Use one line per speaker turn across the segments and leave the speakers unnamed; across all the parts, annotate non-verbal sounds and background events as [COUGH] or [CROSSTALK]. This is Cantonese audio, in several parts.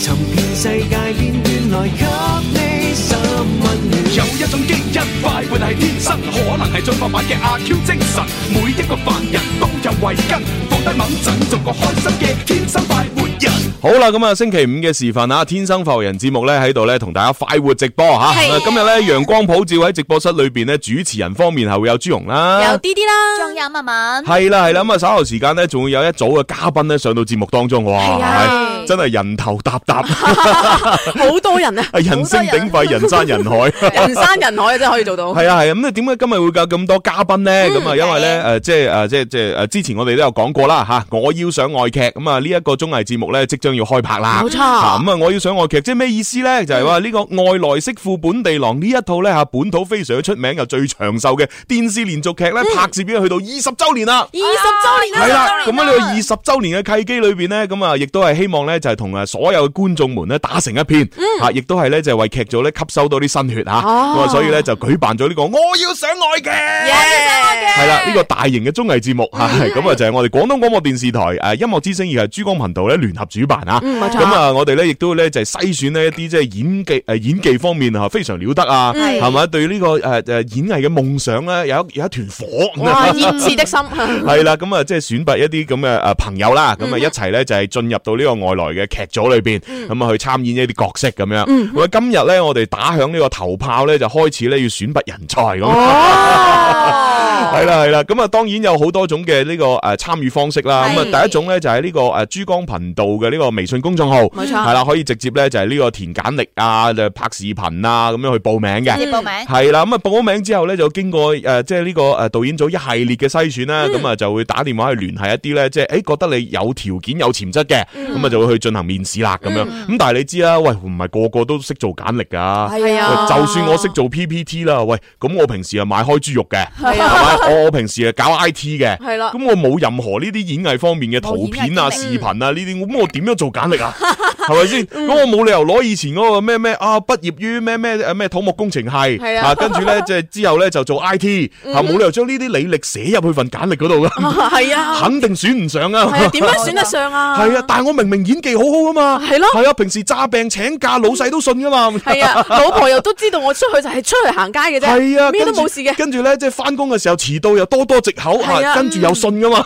世界變原來給你十蚊暖。
有一種基因快活係天生，可能係進化版嘅阿 Q 精神。每一個凡人都有慧根，放低猛陣，做個開心嘅天生快活人。
好啦，咁啊，星期五嘅時分啊，天生浮人節目咧喺度咧同大家快活直播吓。啊
係
今日咧陽光普照喺直播室裏邊咧，主持人方面係會有朱容啦，
有啲啲啦，
仲有文文，
啊係啦係啦，咁啊稍後時間咧，仲會有一組嘅嘉賓咧上到節目當中，哇，
係啊
係真係人頭沓
[LAUGHS]
沓，
好多人
[LAUGHS]
啊，
哎人聲鼎沸，人山人海。
[LAUGHS]
[LAUGHS]
人山人海啊，真係可以做到。
系啊系啊，咁啊點解今日會有咁多嘉賓咧？咁啊，因
嗯
為
係
咧诶，誒即係呃诶，誒即係即係诶，誒之前我哋都有講過啦吓，我要上外劇咁啊，呢一個綜藝節目咧即將要開拍啦。
冇錯
啊咁啊，我要上外劇即係咩意思咧？就係話呢個外來媳婦本地郎呢一套咧吓，本土非常出名又最長壽嘅電視連續劇咧，拍攝已經去到二十週年
啊
啦。
二十周年啊
係
啦，
啦，咁啊喺呢個二十週年嘅契機裏邊咧，咁啊，亦都係希望咧，就係同啊所有嘅觀眾們咧打成一片，嚇，亦都係咧就係為劇組咧吸收到啲新血嚇，咁啊，所以咧就舉辦咗呢個我要上外劇，
耶！
係啦，呢個大型嘅綜藝節目
嗯
嚇， [LAUGHS] 咁啊就係我哋廣東廣播電視台誒音樂之聲以及珠江頻道咧聯合主辦啊。
嗯，冇錯。
咁啊，我哋咧亦都咧就係篩選呢一啲即係演技誒演技方面啊非常了得啊，
係
係咪？對呢個誒誒演藝嘅夢想咧有一有一團火。
哇，熱熾的心，
[LAUGHS] 系啊啦，咁啊，即系選拔一啲咁嘅诶朋友啦，
嗯
咁啊一齊咧就係進入到呢個外來嘅劇組裏边，咁啊去參演一啲角色咁樣。
嗯
咁啊今日咧，我哋打響呢個頭炮咧，就開始咧要選拔人才咁。
哦，
[LAUGHS] 係啦係啦，咁啊當然有好多種嘅呢個诶参与方式啦。咁
係
啊第一種咧就係呢個诶珠江頻道嘅呢個微信公眾號，
冇
係
錯，
啦，可以直接咧就係呢個填簡歷啊、就拍視頻啊咁樣去報名嘅。
你報名。
系啦，咁啊報咗名之後咧，就經過诶、呃即係呢個诶导演組一系列嘅篩選
嗯
啦，咁啊、就會打電話去聯繫一啲咧，即係诶觉得你有條件有潛質嘅，咁啊、
嗯
就會去進行面試啦，咁樣。咁、但係你知啦，喂，唔係個個都識做簡歷噶。
係啊，
就算我識做 PPT 啦，喂，咁我平時啊賣開豬肉嘅，係
係啊，
咪？我我平時啊搞 IT 嘅，
係啦
咁我冇任何呢啲演藝方面嘅圖片啊、
冇演藝經歷
視頻啊呢啲，咁我點樣做簡
[LAUGHS]
歷啊？係咪先？
嗯
咁我冇理由攞以前嗰個咩咩啊，畢業於咩咩呃誒咩土木工程系
係啊嗯
啊，跟住
[LAUGHS]
咧即係之後咧就做 I T 啊，冇理由將呢啲履歷寫入去份簡歷嗰度噶，
[LAUGHS] 係啊，
肯定選唔上啊
係。啊，點樣選得上啊？
[LAUGHS] 係啊，但係我明明演技好好啊嘛，
係咯
係啊，平時詐病請假老細都信噶嘛，
係啊，老婆又都知道我出去就係出去行街嘅啫，
[LAUGHS] 係啊，
咩都
跟住
冇事嘅。
跟住咧，即係翻工嘅時候遲到又多多藉口，
係啊
啊跟住又信噶嘛。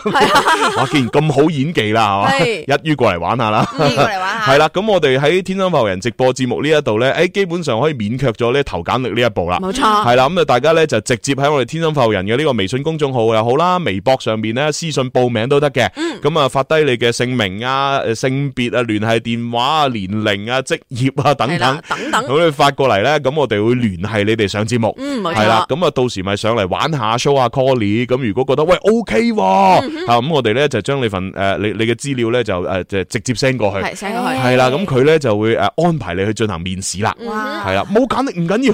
哇，既然咁好演技啦，係
係
嘛，一於過嚟玩下啦。
嗯過嚟玩下
係啦，咁我哋喺天生浮人直播節目呢一度咧，誒基本上可以免卻咗呢投簡歷呢一步啦。
冇錯，
係啦，咁啊，大家咧就直接喺我哋天生浮人嘅呢個微信公眾號又好啦，微博上面咧私信報名都得嘅。咁啊，發低你嘅姓名啊、誒性別啊、聯繫電話啊、年齡啊、職業啊等
係
等
啦。，等等，
咁你發過嚟咧，咁我哋會聯繫你哋上節目。
嗯，冇
系啦，
錯，
咁啊到時咪上嚟玩下 show 下 Colly，咁如果覺得喂 OK 喎，啊咁我哋咧就將你份诶你你嘅資料咧就诶就呃直接 send 過去，
係醒過去，
係啦，咁佢咧就會诶安排你去進行面試啦，
哇
係啦，冇簡歷唔緊要，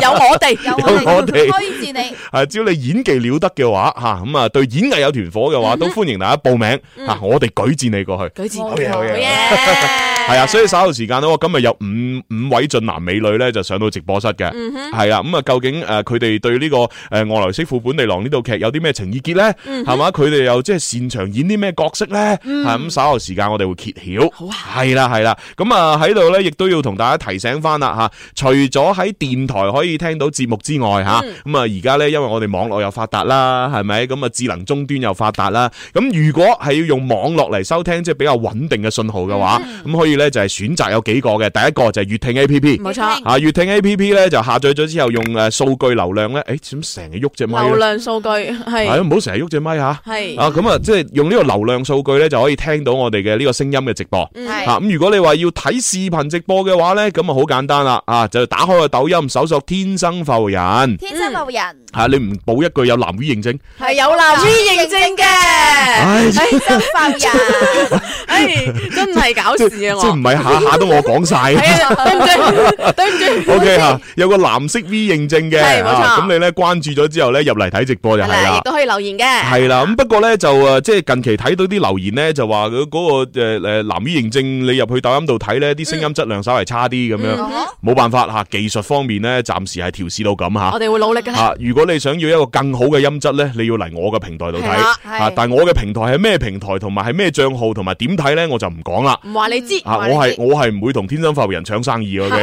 Dạ,
有我哋，
有
有我
我
哋
哋推薦你，
啊只要你演技了得嘅話吓，咁啊對演藝有團火嘅話，都歡迎大家報名吓，我哋舉薦你過去。
舉字，
好
嘢好嘢
係
係啊，所以稍後時間咧，我今日有五五位俊男美女咧就上到直播室嘅，係啊，咁啊究竟诶佢哋對呢個诶外來媳婦本地郎呢套劇有啲咩情意結咧？係嘛，佢哋又即係擅長演啲咩角色咧？係咁稍後時間我哋會揭曉，
嗯好啊
係啦係啦，咁啊喺度咧亦都要同大家提醒翻啦吓，除咗喺電台可以聽到節目之外吓，
嗯
咁啊而家咧因為我哋網絡又發達啦，係咪？咁啊智能終端又發達啦，咁如果係要用網絡嚟收聽，即係比較穩定嘅信號嘅話，咁、
嗯
可以咧就係選擇有幾個嘅。第一個就係粵聽 A P P，
冇錯，
啊粵聽 A P P 咧就下載咗之後用誒數據流量咧，誒點成日喐只咪
流
咧？
量數據
係啊，
係
唔好成日喐只咪吓。啊
哎係
咁啊，即係用呢個流量數據咧，就可以聽到我哋嘅呢個聲音嘅直播。
嗯
係
啊，咁如果你話要睇視頻直播嘅話咧，咁啊好簡單啦，啊就打開個抖音，搜索天生浮人，吓
天生浮人，
你唔補一句有藍 V 認證，
嗯係有啦，V 認證嘅，
[LAUGHS] 唉，
天生浮人，
唉，真係搞
即
事
即
啊
唔
我，[LAUGHS]
係下下都我講晒。
係
[LAUGHS]
啊，對唔住，對唔住
O K 吓，有個藍色 V 認證嘅，
係冇錯
啊咁你咧關注咗之後咧入嚟睇直播就
係
係
啦，
啦
亦。都可以留言嘅，
係啦，咁不過咧就诶，即係近期睇到啲留言咧，就話嗰嗰個呃诶诶藍 V 認證，你入去抖音度睇咧，啲聲音質量稍為差啲咁樣，
嗯
冇辦法吓，技術方面咧暫時係調試到咁吓。
我哋會努力嘅。
啊！如果你想要一個更好嘅音質咧，你要嚟我嘅平台度睇
係啦
啊！但係我嘅平台係咩平台，同埋係咩帳號，同埋點睇咧，我就唔講啦。
唔話你知，
啊，
話你
我係
知
我系唔會同天生發育人搶生意嘅。OK
[LAUGHS]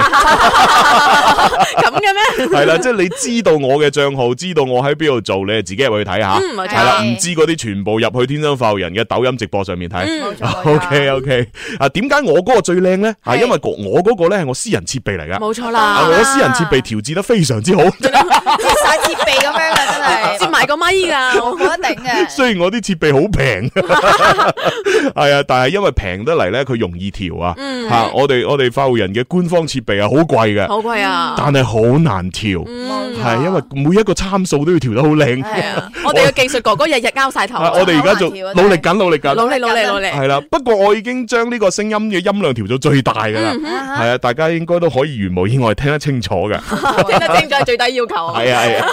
[LAUGHS]
咁嘅咩？
係啦，即係你知道我嘅帳號，知道我喺邊度做，你就自己入去睇下。
嗯，冇
係
係啦，
啦
錯。
唔知嗰啲全部入去天生發育人嘅抖音直播上面睇。
冇
[LAUGHS]
嗯，
錯
O K O K 啊，點解我嗰個最靚咧？係
係
因為我我嗰個咧係我私人設備嚟噶，
冇錯
啊
啦
啊。
我私人設備調節得非常
[LAUGHS]
之好。
貼晒設備咁樣啊，
接
真係
埋個咪㗎，我
冇得頂啊！
雖然我 [LAUGHS] 啲設備好平， [LAUGHS] 係啊，但係因為平得嚟咧，佢容易調啊。
嗯
吓，我哋我哋發育人嘅官方設備啊，好貴嘅，
好貴啊。
但係好難調。
嗯，
係因為每一個參數都要調得好靚。
係
[LAUGHS]
係啊，我哋嘅技術哥哥日日拗晒頭
啊
啊。
嗯我哋
[LAUGHS]
而家仲
好難調啊
努力緊，努力緊。
努力努力努力。
係啦，不過我已經將呢個聲音嘅音量調到最大㗎
嗯
啦。
啊
係啊，大家應該都可以如無意外聽得清楚
[LAUGHS]
嘅。
聽得清楚係最低要求。
係啊係啊，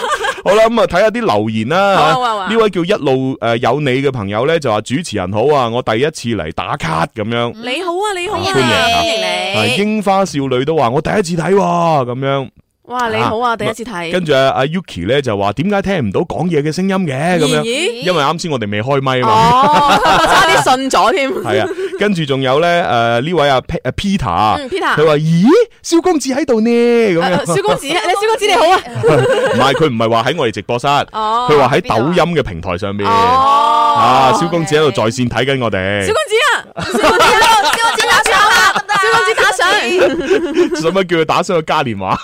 好啦咁啊睇下啲留言啦
好啊
嚇
好啊好啊
呢位叫一路誒有你嘅朋友咧就話主持人好啊，我第一次嚟打卡咁樣。
你好啊，你好啊，
歡迎啊
歡
係
迎你。
櫻花少女都話我第一次睇喎咁樣，
哇，你好啊，第一次睇。
跟住啊阿 Yuki 咧就話點解聽唔到講嘢嘅聲音嘅咁樣，
咦？
因為啱先我哋未開咪啊嘛。
哦，差啲信咗添。
[LAUGHS] 係啊，跟住仲有咧誒呢位阿 Pe- 阿 Peter 啊
嗯
佢
，Peter，
話咦蕭公子喺度呢咁
呃 [LAUGHS]
樣，
蕭公子，你蕭公子你好啊。
[LAUGHS] 唔係佢唔係話喺我哋直播室，佢
哦，
話喺抖音嘅平台上面。
哦，
啊，
哦
萧公子喺度在線睇緊我哋
小，公子啊，
小公子打賞啦，得唔得啊？
小公子打賞，
[LAUGHS] 使乜叫佢打上去嘉
[LAUGHS]
年華？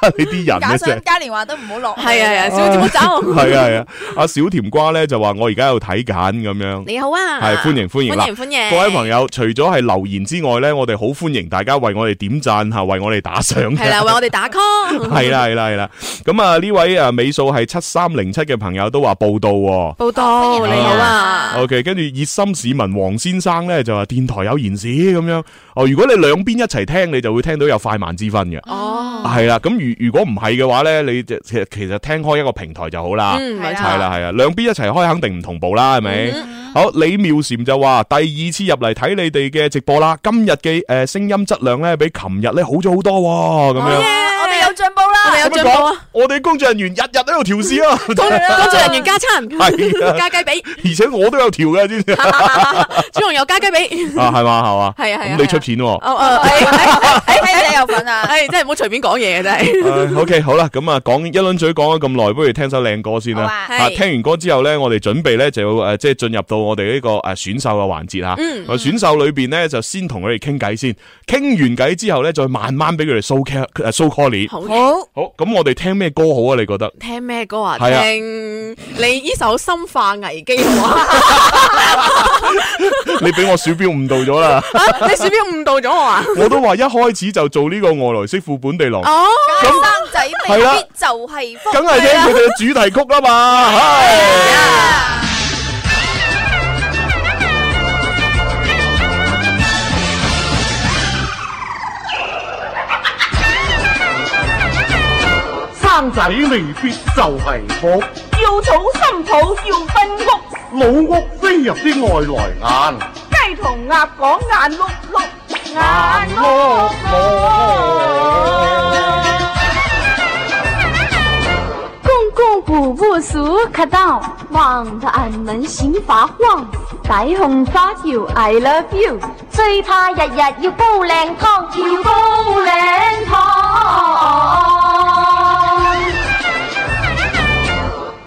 [LAUGHS] 你啲人
打
咧
賞
真
啊嘉年華都唔好落。
係啊係啊，小公子唔好走。
啊哦哎 [LAUGHS] 係啊係啊！阿小甜瓜咧就話我而家喺度睇緊咁樣，
你好啊，
係歡迎歡迎啦
歡迎歡迎，
各位朋。友，除咗係留言之外咧，我哋好歡迎大家為我哋點讚吓，為我哋打賞
係
嘅。
啦，為
[LAUGHS]
我哋打 call，
係啦係啦係啦，咁啊呢位啊尾數係七三零七嘅朋友都話報道喎。
報道你好啊，
OK，跟住熱心市民黃先生咧就話電台有賢事咁樣。哦，如果你兩邊一齊聽，你就會聽到有快慢之分嘅。
哦，
啊係啦，咁如如果唔係嘅話咧，你就其實其實聽開一個平台就好啦。
嗯，冇
係
錯，嗯
啦係啊，兩邊一齊開肯定唔同步啦，係咪？好，李妙嬋就話第二次入嚟睇你哋嘅直播啦，今日嘅誒聲音質量咧比琴日咧好咗好多
哦
喎，咁樣。
我哋有進步啦，
哎我哋有進步啊，
我哋工作人員日日喺度調試啊，
[LAUGHS] 工工作人員加餐，
係啊
[LAUGHS] 加雞髀，
[LAUGHS] 而且我都有調嘅，知唔知啊？
[LAUGHS] 朱紅有加雞髀，
啊，係嘛係嘛，
係啊係啊，
咁你
係啊
出，錢喎。
哦哦，係
哎你有份啊！
係真係唔好隨便講嘢啊，真係，
[LAUGHS] 唉 OK，好啦，咁啊，講一輪嘴講咗咁耐，不如聽首靚歌先啦。
好
啊
啊，
係
聽完歌之後咧，我哋準備咧就要诶，呃即係進入到我哋呢個诶选秀嘅環節吓。
嗯
啊，选秀裏边咧就先同佢哋傾偈先，傾完偈之後咧再慢慢俾佢哋 show ca- 呃 show call 你。
好
好，
好，咁我哋聽咩歌好啊？你
[LAUGHS]
覺得？
聽咩歌啊？
係啊
聽你呢首《深化危機》
[LAUGHS]
啊！
你俾我鼠標誤導咗啦，
啊你鼠標誤導咗我啊！
我都話一開始就做呢個外來媳婦本地郎，
哦，
家生仔未
係啦
必就係福。啊
梗係聽佢哋嘅主題曲啦嘛。
啊
係
生仔未必就係福，
要儲心抱要分屋，
老屋飛入啲外來眼。
雞同鴨講眼碌碌，
眼
眼
碌
碌
碌
碌。
公公古不俗可道，望得人們閃發光。底控花條 I love you，最怕日日要煲靚湯，要煲靚湯。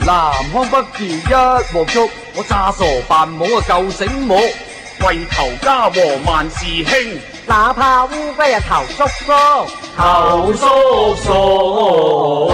南腔北調一鍋粥，我詐傻扮懵啊夠醒目，為求家和萬事興，
哪怕烏龜啊頭縮縮，
頭叔叔。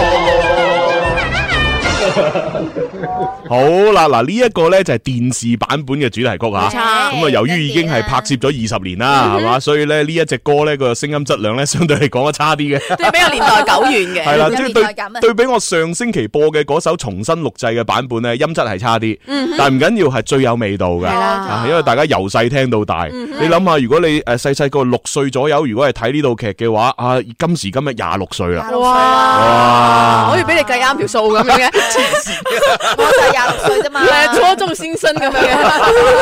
好啦，嗱呢一個咧就係電視版本嘅主題曲啊。咁啊，由於已經係拍攝咗二十年
嗯
啦，係嘛，所以咧呢一隻歌咧個聲音質量咧相對嚟講啊差啲嘅，
都係比較年代久遠
係
嘅。
啦，
有
即係
年代感
對
啊
對比我上星期播嘅嗰首重新錄製嘅版本咧，音質係差啲，
嗯
但係唔緊要，係最有味道
係啦
嘅。啊，因為大家由細聽到大，
嗯
你諗下，如果你呃誒細細個六歲左右，如果係睇呢套劇嘅話，啊，今時今日廿六歲啦，
哇！
哇！好似俾你計啱條數咁樣嘅，
黐线嘅，
我就係廿六歲啫嘛。
初中先生咁樣嘅，
呢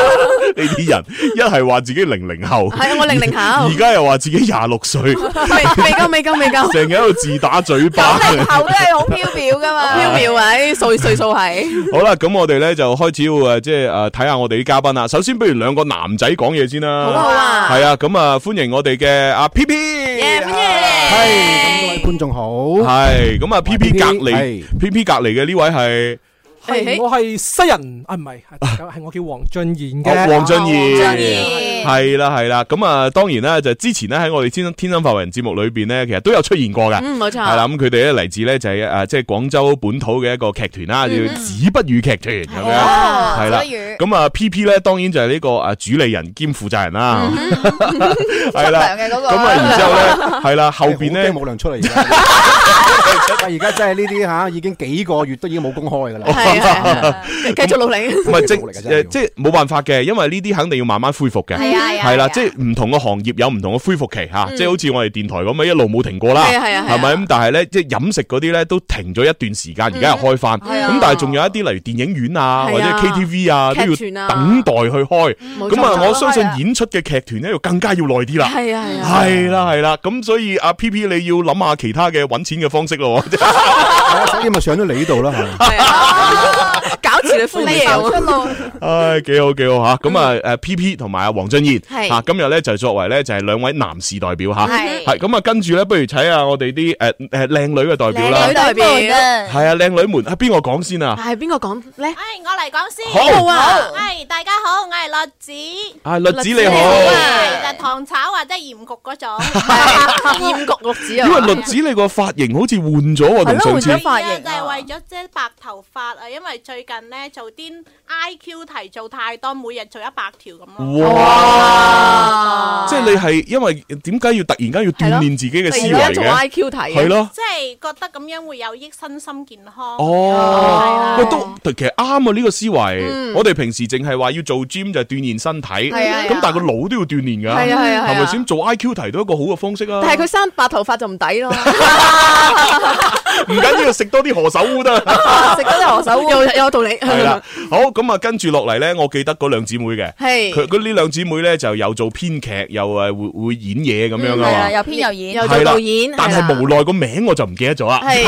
啲人一系话自己零零后，
係啊我00後
而家又话自己廿六
[LAUGHS]
岁，
未未夠未夠未夠，
成日喺度自打嘴巴。
九零後都係好飄渺噶嘛。
飄渺位歲歲數係，
好啦，咁我哋咧就開始要诶，即係呃诶睇下我哋啲嘉賓啦。首先，不如兩個男仔講嘢先
好好
啦。
啊，
係啊，咁啊，歡迎我哋嘅阿 P P。
係，咁各位觀眾好。
係咁啊，P P 隔離
係
p P 隔離嘅呢位係
係，
À,
我係西人，啊，唔係，係-係我叫黃俊賢嘅。
哦黃俊
黃俊
義。
賢
係啦係啦，咁啊，當然啦，就之前咧喺我哋天生天生發圍人節目裏边咧，其實都有出現過㗎。
嗯冇錯，
係啦，咁佢哋咧嚟自咧就係诶，即係廣州本土嘅一個劇團啊啦，叫子不語劇團咁樣。
嗯哦，
係啦
所以
咁啊，P P 咧當然就係呢個诶主理人兼負責人啦，
嗯
[LAUGHS] 係啦。
嘅嗰個。
咁啊，然之 [LAUGHS]
[LAUGHS]
後咧，係啦，後邊咧， [LAUGHS]
係，好驚冇糧出嚟㗎。而家真係呢啲嚇，已經幾個月都已經冇公開㗎啦。
係係
啊
係 [LAUGHS] 繼續努力。
唔係即
冇嚟㗎真係
誒
要
即係冇辦法嘅，因為呢啲肯定要慢慢恢復嘅。
係啊係啊
係啦，
係啊
即係唔同嘅行業有唔同嘅恢復期嚇，即係好似我哋電台咁樣一路冇停過啦，
嗯係啊係啊係啊
係咪咁？但係咧，即係飲食嗰啲咧都停咗一段時間，而家又開翻。
係啊
咁但係仲有一啲例如電影院啊，
係啊
或者 KTV 啊，都要
劇團啊
等待去開。
冇錯
咁啊，我相信
係啊
演出嘅劇團咧，要更加要耐啲啦。
係啊係啊，
係啦係啦，咁所以阿 P P 你要諗下其他嘅揾錢嘅方
[LAUGHS]
式咯。
係啊，所以咪上咗你呢度啦，係。
係啊搞住你敷
未
衍
走出路，
唉，幾好幾好吓，咁啊诶，P P 同埋阿黃俊賢
嗯係
吓，今日咧就作為咧就係兩位男士代表吓，
係
係咁啊，跟住咧不如睇下我哋啲诶诶靓女嘅代表
靚
啦
女，
代
代
表
表
係啊，靚女們啊，邊個講先啊？
係邊個講咧？
哎，我嚟講先。
好
啊
哎，大家好，我係栗子。
啊，栗子你
栗子
好
你，好啊
係就糖炒或者鹽焗嗰種。
[LAUGHS]
鹽焗六子啊
因，為栗子你個髮型好似換咗喎，
係
同
咯
上
換咗
次
髮
係啊就
型
係
啊
為咗遮白頭髮啊，因為最近咧做啲 IQ 題做太多，每日做一百條咁
啊
咯。
哇！啊即係你係因為點解要突然間要鍛鍊自己嘅思
突然間
維
做
嘅？
I Q 啊題嘅，
係咯。
即係覺得咁樣會有益身心健康。
哦，
係啦
喂，都其實啱啊！呢個思維，我哋平時淨係話要做 gym 就係鍛鍊身體，
係嗯啊係啊
咁但係個腦都要鍛鍊㗎，
係啊係啊係啊
係咪先？做 I Q 題都一個好嘅方式啊！
但係佢生白頭髮就唔抵咯，
唔緊要，食多啲何首烏
[LAUGHS]
得啦。
食得啲何首烏，又有道理。
係
係
啦，，好咁啊，跟住落嚟咧，我記得嗰兩姊妹
[LAUGHS]
嘅，
係
佢嗰呢兩姊妹咧就又做編劇，又誒會會演嘢咁樣啊
係啊，
嘛。
又偏又演。
嗯又做導演，
但
係啦
係無奈個名我就唔記得咗
[LAUGHS]
啦。
係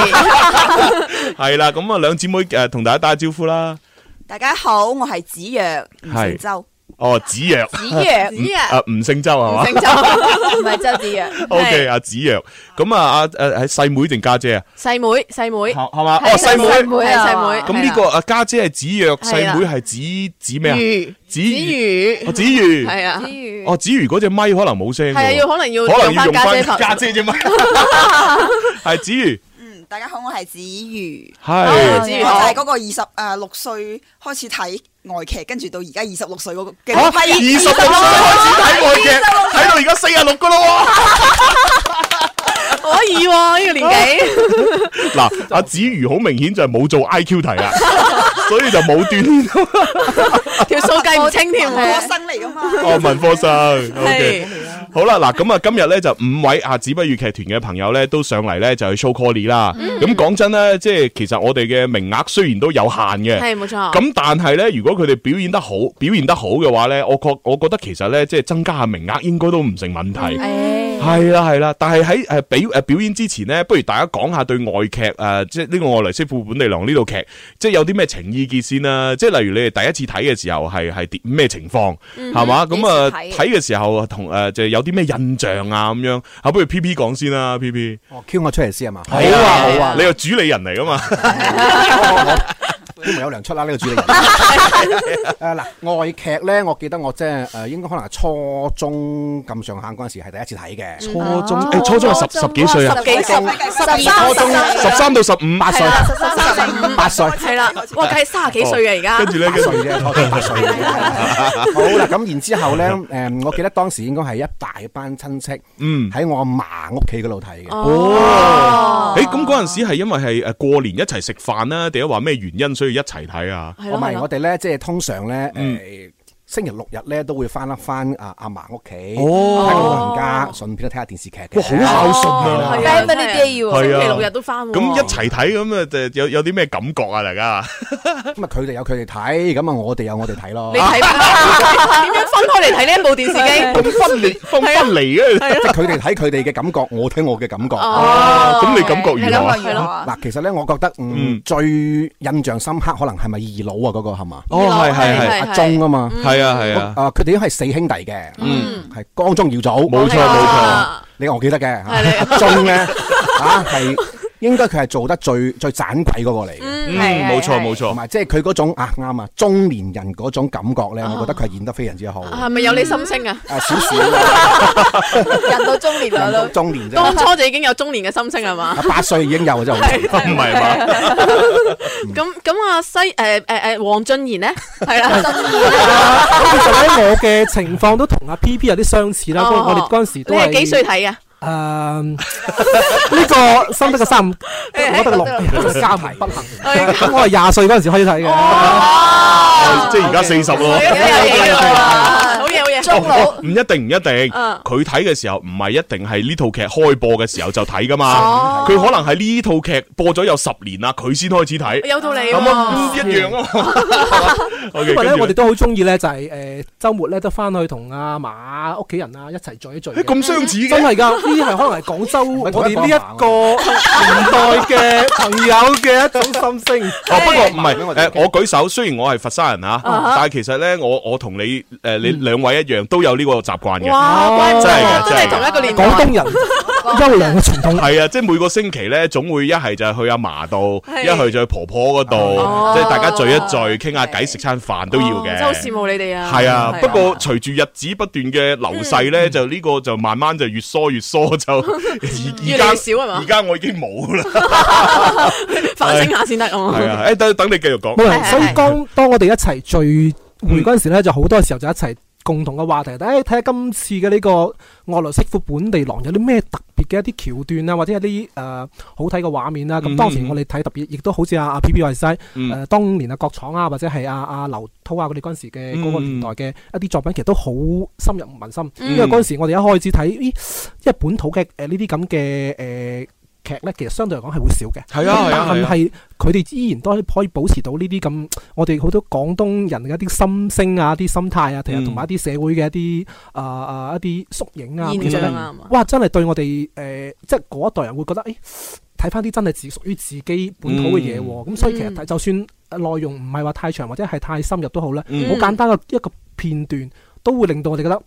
係啦，咁啊兩姊妹誒同大家打下招呼啦。
大家好，我係子若，唔
係
姓周。
哦，子若，
子若，
子若
[LAUGHS] 啊吳姓周係嘛？
成就
唔係周子若。
O K，阿子若，咁啊，阿诶系细妹定家姐啊？
細妹細妹
系嘛？哦，細
細
妹。
妹係細妹，
咁呢個啊家姐係子若，細妹係子子咩啊？
魚子
子
魚
哦，子瑜。
係啊，
哦，子瑜嗰只咪可能冇聲。
係啊，要可能要
可能
用翻
要用
家姐
翻
頭
家
[LAUGHS]
姐只咪。係子瑜，
嗯，大家好，我係子瑜。
哦
我
係
子
就
瑜
係嗰個二十诶六歲開始睇外劇，跟住到而家二十六歲嗰個嘅
嚇
嗰
二十
批
六歲開始睇外劇，睇到而家四十六噶咯
可以喎呢個年紀，
喎。嗱，阿子瑜好明顯就係冇做 I Q 題啊， [LAUGHS] 所以就冇鍛鍊到。
[LAUGHS] 條數計唔清添，
科生嚟噶嘛。
[LAUGHS] 哦，文科生
係
，OK，好啦，嗱，咁啊，今日咧就五位啊，子不語劇團嘅朋友咧都上嚟咧就去 show call 啦。
嗯
咁講真咧，即係其實我哋嘅名額雖然都有限嘅，
係冇錯。
咁但係咧，如果佢哋表演得好，表現得好嘅話咧，我覺我覺得其實咧，即係增加下名額應該都唔成問題。係啦係啦，但係喺誒表誒表演之前咧，不如大家講下對外劇誒、呃即係呢個《外來媳婦本地郎》呢套劇，即係有啲咩情意結先啦。即係例如你哋第一次睇嘅時候係係點咩情況，係嘛？咁啊
第一
睇
次睇
嘅時候同誒就有啲咩印象啊咁樣。啊，不如 P P 講先啦，P P。
哦，cue我出嚟先係嘛？
好啊，你又主理人嚟噶嘛？
都唔有糧出啦，呢個
[LAUGHS]
主理人。誒嗱，外劇咧，我記得我即係誒應該可能係初中咁上下嗰陣時係第一次睇嘅，
初中誒初中係十十幾歲啊，
十幾歲，
十
二
三
初中
十三到十五八歲，
三
八歲。
係啦，哇，計三十幾歲啊嘅而家
啊哦跟，住咧
八
跟住
歲啫，初中八歲嘅啫。 [LAUGHS] 好啦，咁然之後咧，誒，我記得當時應該係一大班親戚
嗯。
喺我阿嫲屋企嗰度睇嘅。
哦
诶，咁嗰陣時係因為係诶過年一齊食飯啦，定係話咩原因所以一齊睇啊？
係
我
咯，
咪
係
我
咯，
嗯
哋咧，即係通常咧，誒、星期六日咧都會翻一翻啊阿嫲屋企，
哦
睇個老人家，順便都睇下電視劇嘅。
哇好孝順
哦
啊
係啦
Family Day 喎，
係
星
啊
期六日都翻喎。
咁一齊睇咁啊，就有有啲咩感覺啊？大家
咁啊，佢哋有佢哋睇，咁啊我哋有我哋睇咯。
你睇翻點樣分開嚟睇呢一部電視機？
分裂分分離嘅，
即係佢哋睇佢哋嘅感覺，我睇我嘅感覺。Ờ,
哦
咁你感覺如何啊你感覺如何啊
嗱，其實咧，我覺得嗯最印象深刻，可能係咪二佬啊？嗰個係嘛？
哦二佬係係係係
阿鐘啊
Ừ.
嘛。
係啊係啊
啊，佢哋都係四兄弟嘅。
嗯，
係光宗耀祖。
冇錯冇錯。
你我記得嘅。阿 [LAUGHS] 鐘咧啊係。應該佢係做得最最盞鬼嗰個嚟嘅，
嗯係係冇錯係冇錯
同埋即係佢嗰種啊啱啊中年人嗰種感覺咧，我覺得佢係演得非常之好。
係咪有你心聲啊？
啊，少少
[LAUGHS]
人到中
[LAUGHS]
年
人
啦
到
都，
中年啊
當
啫，
初就已經有中年嘅心聲係嘛
啊？八歲已經有啊真係好，
唔係嘛？
咁咁啊西誒誒誒黃俊賢咧
[LAUGHS]
係
Dạ.
啦，哦
咁其
啊
實咧，我嘅情況都同阿 P P 有啲相似
Ờ.
啦。不過我哋嗰陣時都
你
係
係幾歲？睇啊？
誒， [LAUGHS] 呢個心得個三五，我得六，加埋不行。咁我係廿歲嗰陣時開始睇
即係而家四十咯。
好嘢好嘢，
哦 [LAUGHS] 哦唔一定唔一定，
嗯
佢睇嘅時候唔係一定係呢套劇開播嘅時候就睇噶嘛
哦，
佢可能係呢套劇播咗有十年啦，佢先開始睇。
有道理喎
咁啊，嗯一樣啊嘛。
嘅，因
OK，
為
跟
咧
住
我哋都好中意咧，就係誒週末咧都翻去同阿嫲屋企人啊一齊聚一聚嘅。
咁相似嘅
真係㗎，呢啲係可能係廣州我
[LAUGHS]
哋呢一個
哦
年代嘅朋友嘅一種心聲。
哦，不過唔係
[LAUGHS]
誒，我舉手，雖然我係佛山人啊，
啊哈
但係其實咧，我我同你誒你兩位一樣都有呢個習慣嘅。
哇怪唔得
真係嘅
真係
嘅
同一個年代
廣東
[LAUGHS]
人
哦
優良嘅傳統。
哦係啊，即係每個星期咧，總會一係就係去阿嫲度，
係
一係就去婆婆嗰
哦
度，即係大家聚一聚，傾下偈，食餐飯都要
真
嘅。
係好羨慕你哋啊！嗯
係啊，
[LAUGHS]
不過隨住日子不斷嘅流逝咧，就呢個就慢慢就越疏越疏，就而
越嚟越
而家
少係啊嘛
而？家我已經冇啦。
[LAUGHS] 反省下先得啊嘛
係！啊，誒等等你繼續
冇
講。
人，所以當當我哋一齊聚會嗰陣時咧，就好多時候就一齊共同嘅話題，誒睇下今次嘅呢個外來媳婦本地郎有啲咩特別嘅一啲橋段啊，或者一啲誒、呃好睇嘅畫面啦。
嗯
咁當時我哋睇特別，亦都好似阿阿 P P 話齋，
嗯
誒、呃、當年啊郭廠啊，或者係阿阿劉濤啊，佢哋嗰陣時
嗯
嘅嗰個年代嘅一啲作品，其實都好深入民心。
嗯
因為嗰陣時我哋一開始睇，咦，因為本土嘅誒呢啲咁嘅誒。呃劇咧，其實相對嚟講係會少嘅，
係啊係啊係
但
啊
係佢哋依然都可以保持到呢啲咁，我哋好多廣東人嘅一啲心聲啊、一啲心態啊，同埋
嗯
同埋一啲社會嘅一啲啊啊一啲縮影啊，
現
其實
象
咧
啊係嘛
哇，真係對我哋誒，即係嗰一代人會覺得，誒睇翻啲真係只屬於自己本土嘅
嗯
嘢喎，咁所以
嗯
其實睇就算內容唔係話太長或者係太深入都好啦，
嗯
好簡單嘅一個片段。都會令到我哋覺得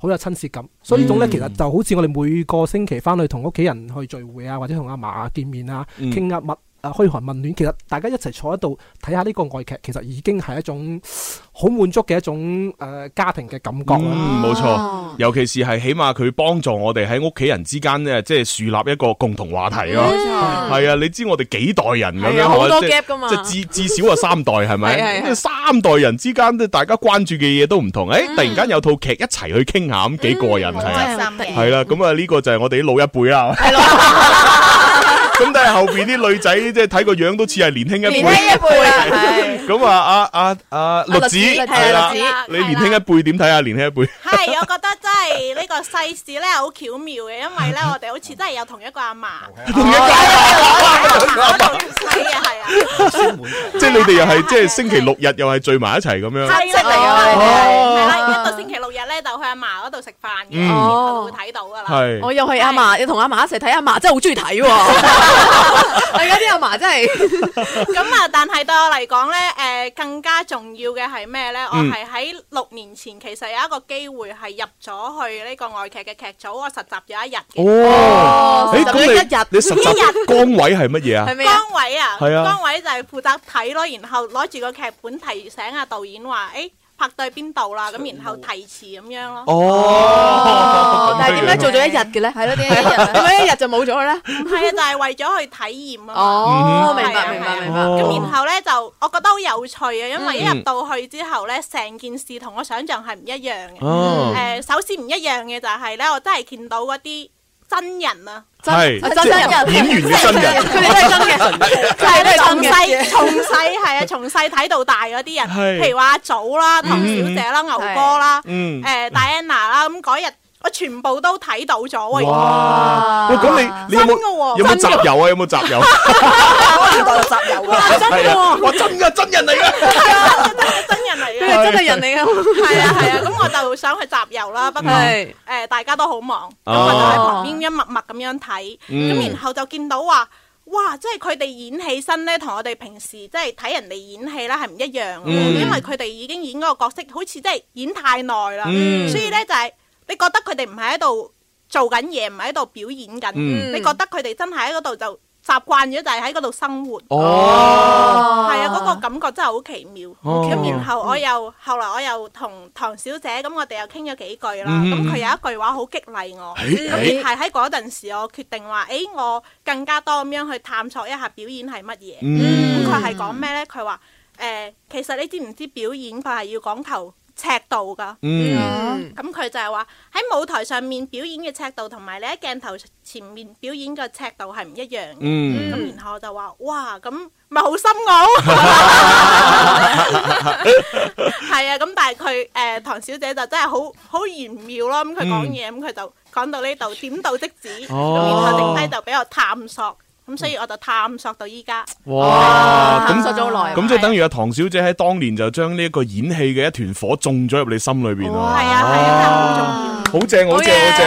好有親切感，所以呢種咧
嗯
其實就好似我哋每個星期翻去同屋企人去聚會啊，或者同阿嫲啊見面啊，
嗯
傾下物啊噓寒問暖，其實大家一齊坐喺度睇下呢個外劇，其實已經係一種好滿足嘅一種誒、呃家庭嘅感覺啦。
嗯，冇
哦
錯，尤其是係起碼佢幫助我哋喺屋企人之間咧，即係樹立一個共同話題啊。係啊，你知我哋幾代人咁
係
樣，
啊好多
即係
gap 㗎嘛
即係至至少啊三代
[LAUGHS]
係咪？
係係係
即係三代人之間咧，大家關注嘅嘢都唔同。誒，
嗯
突然間有套劇一齊去傾下，咁幾過癮係啊！系啦，咁啊呢個就係我哋啲老一輩啦。系 [LAUGHS] 咁但係後边啲女仔即係睇個樣都似係年輕一
年輕一
輩。
輩啦，係
咁啊，阿阿阿栗子
栗子
係啦
栗子，
你年輕一輩點睇啊？年輕一輩
係，我覺啊得真係呢個世事咧好巧妙嘅，因為
[LAUGHS]
咧我哋好似真係有同一個阿嫲，
同一個，
係啊係啊，
即係你哋又係即係星期六日又係聚埋一齊咁樣。
係啦，
哦
係啦，一到星期六日咧就去阿嫲嗰度食飯嘅，佢會睇到噶啦。
哦我
嗯係
又係阿嫲，你同阿嫲一齊睇阿嫲，真係好中意睇 [LAUGHS] 喎。而家啲阿嫲真係
咁
[LAUGHS]
啊，但係對我嚟講咧，誒、更加重要嘅係咩咧？我
嗯
係喺六年前其實有一個機會係入咗去呢個外劇嘅劇組，我實習咗一日嘅。
哦，
實
誒
習咗一
咁
日
你你實習崗位係乜嘢啊
係？咩啊？
崗位啊，
係啊
崗位就係負責睇咯，然後攞住個劇本提醒啊導演話：，誒、拍對邊度啦，咁然後提詞咁樣咯。
哦
哦，但係
[LAUGHS]
點解做咗一日嘅咧？係咯，點解一日？啊點解一日就冇咗佢咧？
唔係啊，就係為咗去體驗啊嘛。
哦，
嗯
明白明白明白。
咁
哦
然後咧就我覺得好有趣啊，因為一
嗯
入到去之後咧，成件事同我想象係唔一樣嘅。誒、
哦
首先唔一樣嘅就係咧，我真係見到嗰啲真人啊，
真
係
啊真人
演員嘅真人，
佢哋都係真
[LAUGHS]
嘅
就係咧，從
真嘅
細 [LAUGHS] 從細係啊，從細睇到大嗰啲
係
人，譬如話阿祖啦、唐小姐啦、牛哥啦、
嗯
誒 Diana 啦，咁嗰日我全部都睇到咗喎。
哇！喂，咁你你有
真㗎
冇
喎
有冇集
真㗎喎
郵啊？有冇集
真㗎
郵？係啊
喎！啊
哇，真㗎，真人嚟㗎。
佢
哋真係人嚟㗎
係啊係啊，咁我就想去集郵啦，不過
係
誒大家都好忙，咁
哦
我就喺旁邊一默默咁樣睇，
嗯
咁然後就見到話。哇！即係佢哋演起身咧，同我哋平時即係睇人哋演戲咧係唔一樣嘅，
嗯
因為佢哋已經演嗰個角色，好似真係演太耐啦，
嗯
所以咧就係、你覺得佢哋唔係喺度做緊嘢，唔係喺度表演緊，
嗯
你覺得佢哋真係喺嗰度就習慣咗，就係喺嗰度生活。
哦
係啊，嗰、個感覺真係好奇妙。咁、
哦
然後我又後來我又同唐小姐咁，我哋又傾咗幾句啦。
嗯
咁佢、有一句話好激勵我，
誒
咁係喺嗰陣時我決定話：，誒、我更加多咁樣去探索一下表演係乜嘢。
嗯
咁佢係講咩呢？佢話：誒、其實你知唔知表演佢係要講求尺度㗎？
嗯
咁佢就係話喺舞台上面表演嘅尺度，同埋你喺鏡頭前面表演嘅尺度係唔一樣嘅。咁、
嗯
然後我就話：，哇，咁咪好深奧。係啊，咁但係佢誒唐小姐就真係好好玄妙咯。咁佢講嘢，咁佢就講到呢度點到即止，咁、
嗯哦
然後剩低就俾我探索。咁所以我就探索到依家。
哇！咁
探索咗好耐啊
咁即係等於阿唐小姐喺當年就將呢一個演戲嘅一團火種咗入你心裏邊
哦
啊！係啊，係啊，好正，好正，好正！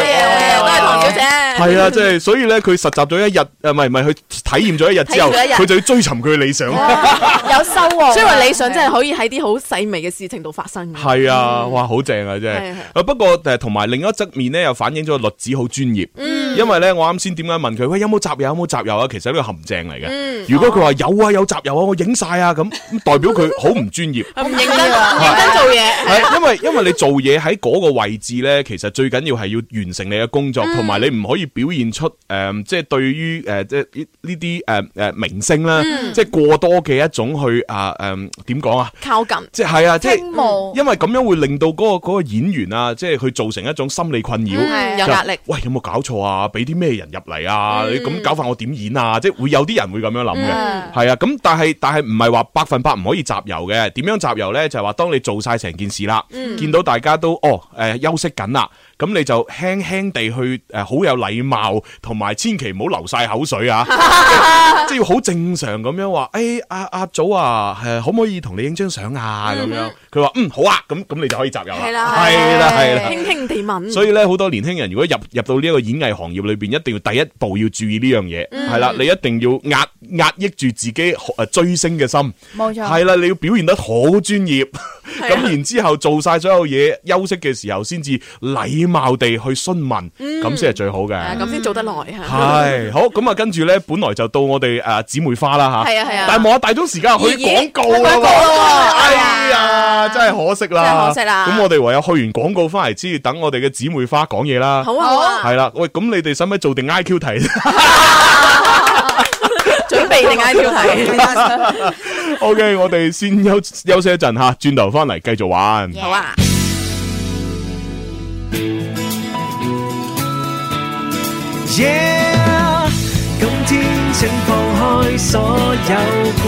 都係唐小姐。
係啊，即係所以咧，佢實習咗一日，呃誒，唔係唔係，佢體驗咗一日之後，
體驗咗一日
佢就要追尋佢嘅理想。
[LAUGHS] 有收穫。所以話理想真係可以喺啲好細微嘅事情度發生嘅。
係啊，
嗯
哇，好正啊，真係
係係。
啊不過誒，同埋另一側面咧，又反映咗栗子好專業。
嗯
因為咧，我啱先點解問佢喂有冇集郵有冇集郵啊？其實呢個陷阱嚟
嗯
嘅。如果佢話有啊有集郵啊，我影晒啊咁，咁代表佢好唔
[LAUGHS]
專業。
唔認真，唔認真做嘢。
係，因為因為你做嘢喺嗰個位置咧，其實最緊要係要完成你嘅工作，
嗯
同埋你唔可以表現出诶，誒即係對於诶即係呢啲诶诶明星啦，
嗯
即係過多嘅一種去啊诶點講啊？
靠近。
即係啊，即係
傾慕
因為咁樣會令到嗰、個嗰個演員啊，即係佢造成一種心理困擾，
嗯有
就
壓力
喂，有冇搞錯啊？俾啲咩人入嚟啊？
嗯
你咁搞法我點演啊？即係會有啲人會咁樣諗嘅，
嗯
係啊。咁但係但係唔係話百分百唔可以集郵嘅？點樣集郵呢？就係話當你做晒成件事啦，
嗯
見到大家都哦誒、休息緊啦，咁你就輕輕地去誒、好有禮貌，同埋千祈唔好流晒口
[LAUGHS]
水啊！ [LAUGHS] 即係要好正常咁樣話，誒阿阿祖啊，誒可唔可以同你影張相啊？咁樣，佢話嗯好啊，咁咁你就可以集郵啦，
係啦，嗯
係啦係啦。
輕輕地問。
所以咧，好多年輕人如果入入到呢一個演藝行業裏邊，一定要第一步要注意呢樣嘢，
嗯
係啦，你一定要壓壓抑住自己誒追星嘅心，
冇錯
係啦，你要表現得好專業，
啊
咁然之後做晒所有嘢，休息嘅時候先至禮貌地去詢問，
嗯
咁先係最好嘅。
係啊咁先做得耐嚇。
[LAUGHS] 系好咁啊！跟住咧，本來就到我哋诶姊妹花啦吓，
係啊係啊
但係望下大鐘時間去廣告啦
咦咦去廣告啦
喎，哎呀，真係可惜啦，
真係可惜啦
咁我哋唯有去完廣告翻嚟，先要等我哋嘅姊妹花講嘢啦。
好啊好啊
係啦，喂，咁你哋使唔使做定 I Q 題？ [LAUGHS]
準備定 I Q 題。
O、k 我哋先休休息一陣吓，轉頭翻嚟繼續玩。
好啊。
Yeah，今天請放開所有顧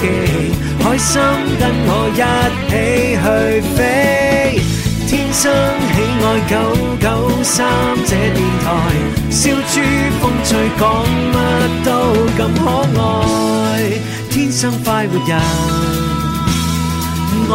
忌，開心跟我一起去飛。天生喜愛九九三這電台，笑豬風趣講乜都咁可愛，天生快活人，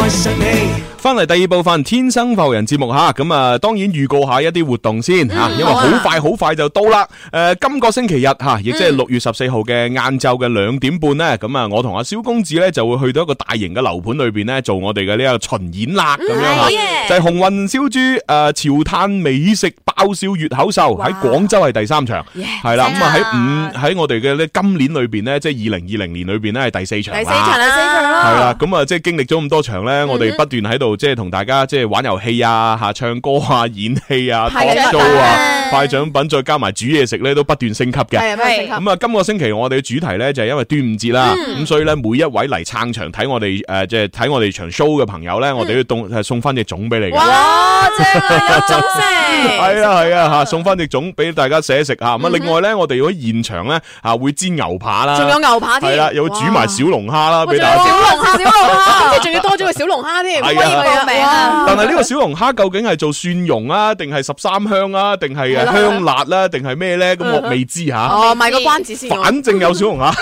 愛上你。
翻嚟第二部分《天生浮人》節目吓，咁啊，當然預告下一啲活動先吓，因為
好
好
啊
快好快就到啦。诶，今個星期日吓，亦即係六月十四號嘅晏晝嘅兩點半呢，咁啊，我同阿蕭公子呢就會去到一個大型嘅樓盤裏边呢，做我哋嘅呢個巡演啦，咁樣
好
吓，
嘢
就係紅雲燒豬诶潮灘美食爆燒粵口秀喺廣州係第三場，係啦，咁啊喺五喺我哋嘅呢今年裏边呢，即係二零二零年裏边呢，係第四場
第四場啦，
啊
嗯
系啦，咁啊，即係經歷咗咁多場咧，我哋不斷喺度度即係同大家即係玩遊戲啊、吓唱歌啊、演戲啊、
派
talk
獎
show 啊、
品
快獎品，再加埋煮嘢食咧，都不斷升級嘅。
係不斷升級
咁啊，今個星期我哋嘅主題咧就係因為端午節啦，
嗯
咁所以咧每一位嚟撐場睇我哋呃诶，即係睇我哋場 show 嘅朋友咧，我哋要送送翻隻粽俾你嘅。
嗯哇，正啊， [LAUGHS] 有種食。
系啊系啊吓，送翻只粽俾大家食一食吓。
嗯
咁啊，另外咧，我哋如果現場咧啊會煎牛扒啦，
仲有牛扒添
系啦，又會煮埋小龍蝦啦，
哇
俾大家食。
仲有小龍蝦，小龍蝦，即係仲要多咗個小龍蝦添，可以
係啊
報名啊！
但係呢個小龍蝦究竟係做蒜蓉啊，定係十三香啊，定係
係啦
香辣啦，定係咩咧？咁我未知吓。
哦，賣個關子先喎。
反正有小龍蝦。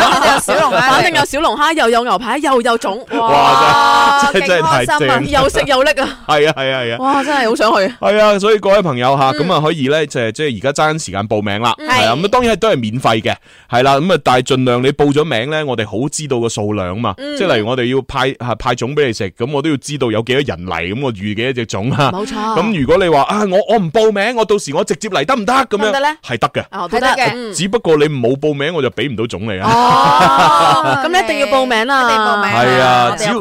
有小龍蝦，反正有小龍蝦，又有牛排，又有種，
[LAUGHS] 哇
Ờ,
真係真
勁
係太
開心啊
正
又食又拎啊！
[LAUGHS] 係啊係啊係啊。
哇，真係好想去。
系啊，所以各位朋友吓，
嗯
咁啊可以咧，就係即係而家爭緊時間報名啦，
嗯
係啊，咁啊當然係都係免費嘅，係啦，咁啊但係盡量你報咗名咧，我哋好知道個數量啊嘛，
嗯
即係例如我哋要派啊派粽俾你食，咁我都要知道有幾多人嚟，咁我預幾多隻粽啊，
冇錯
咁如果你話啊我我唔報名，我到時我直接嚟得唔得咁
得唔
樣？
得呢
係得
哦
嘅，
都得嘅嗯哦
只不過你冇報名我就俾唔到粽你啊。
哦，咁你一定要報名啦，一定報
係啊，只要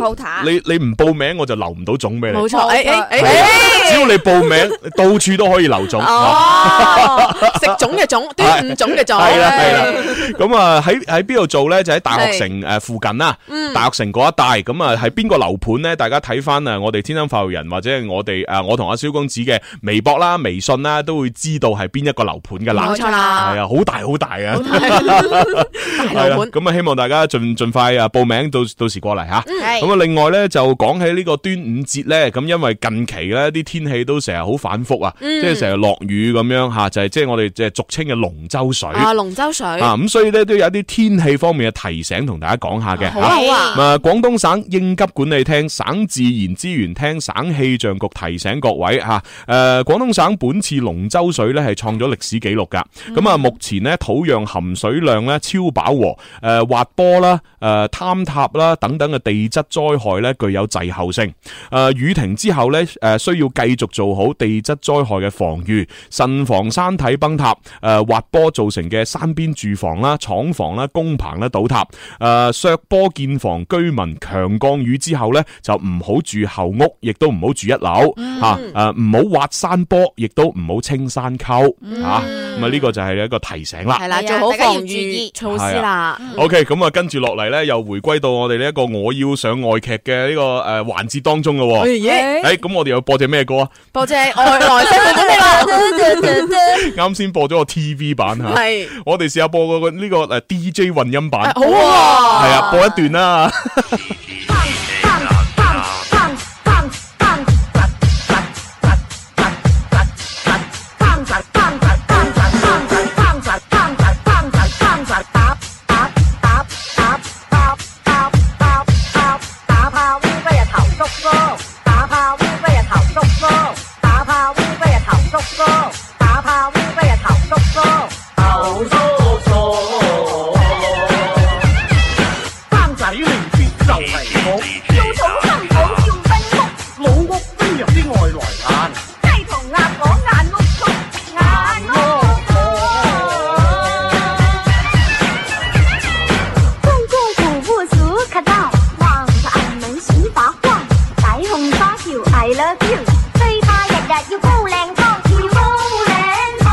你你唔報名我就留唔到粽俾你。
冇錯，誒誒
係
誒
啊。只要你報名，到處都可以留種。
哦，食種嘅
[LAUGHS]
種，端午種嘅種，
係啦係啦，
[LAUGHS]
咁啊喺喺邊度做咧？就喺大學城誒附近啦
嗯，
大學城嗰一帶。咁啊喺邊個樓盤咧？大家睇翻啊，我哋天生發育人或者係我哋誒我同阿蕭公子嘅微博啦、微信啦，都會知道係邊一個樓盤嘅啦。
冇錯啦
係啊，好大好大啊！ [LAUGHS]
大
係啦
樓盤。
咁啊希望大家盡盡快啊報名，到到時過嚟吓。
嗯係
咁啊，另外咧就講起呢個端午節咧，咁因為近期咧啲天氣都成日好反覆啊，
嗯
即係成日落雨咁樣吓，就係即係我哋即係俗稱嘅龍舟水。
啊，龍舟水。
啊，咁所以咧都有一啲天氣方面嘅提醒同大家講下嘅。
好啊好啊
咁啊，廣東省應急管理廳、省自然資源廳、省氣象局提醒各位吓，誒、廣東省本次龍舟水咧係創咗歷史紀錄㗎。
嗯
咁啊、目前呢，土壤含水量咧超飽和，誒、滑坡啦、誒、坍塌啦等等嘅地質災害咧具有滯後性。誒、雨停之後咧，誒、需要繼續做好地質災害嘅防禦，慎防山體崩塌、誒、呃滑坡造成嘅山邊住房啦、廠房啦、工棚啦倒塌。誒、呃削坡建房居民強降雨之後咧，就唔好住後屋，亦都唔好住一樓
嗯
嚇。誒唔好挖山坡，亦都唔好清山溝嚇。啊咁啊，呢個就係一個提醒啦。
嗯係啦，
係啊
做好
大家要
防
注
御
意
措施啦。嗯
O K，咁啊，跟住落嚟咧，又回歸到我哋呢一個我要上外劇嘅呢個誒環節當中咯。
哎耶
誒，咁我哋又播只咩歌啊？
多謝外來新聞俾你
[LAUGHS]
啦。
啱先播咗個 T V 版嚇，
係
我哋試下播個呢個誒 D J 混音版，
好啊
係啊，播一段啦。
三仔連接就係我，要土生土要冰屋，老屋飛入啲外來眼。雞同鴨講眼碌碌，眼碌
中共古不足可道，望着俺们心发晃，大红花轿 I love you，最怕日日要煲靚湯，要煲靚湯。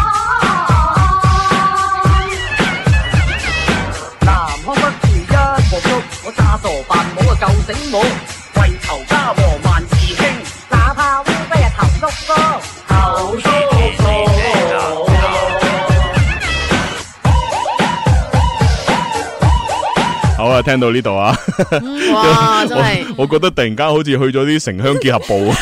南腔北調一鑊粥，我詐傻扮懵啊夠醒目，為求家和萬事興，哪怕烏雞啊頭碌碌，頭碌碌。
好啊，聽到呢度啊，
嗯
Ờ,
哇真
[LAUGHS]
係
我我覺得突然間好似去咗啲城鄉結合
[LAUGHS]
部啊。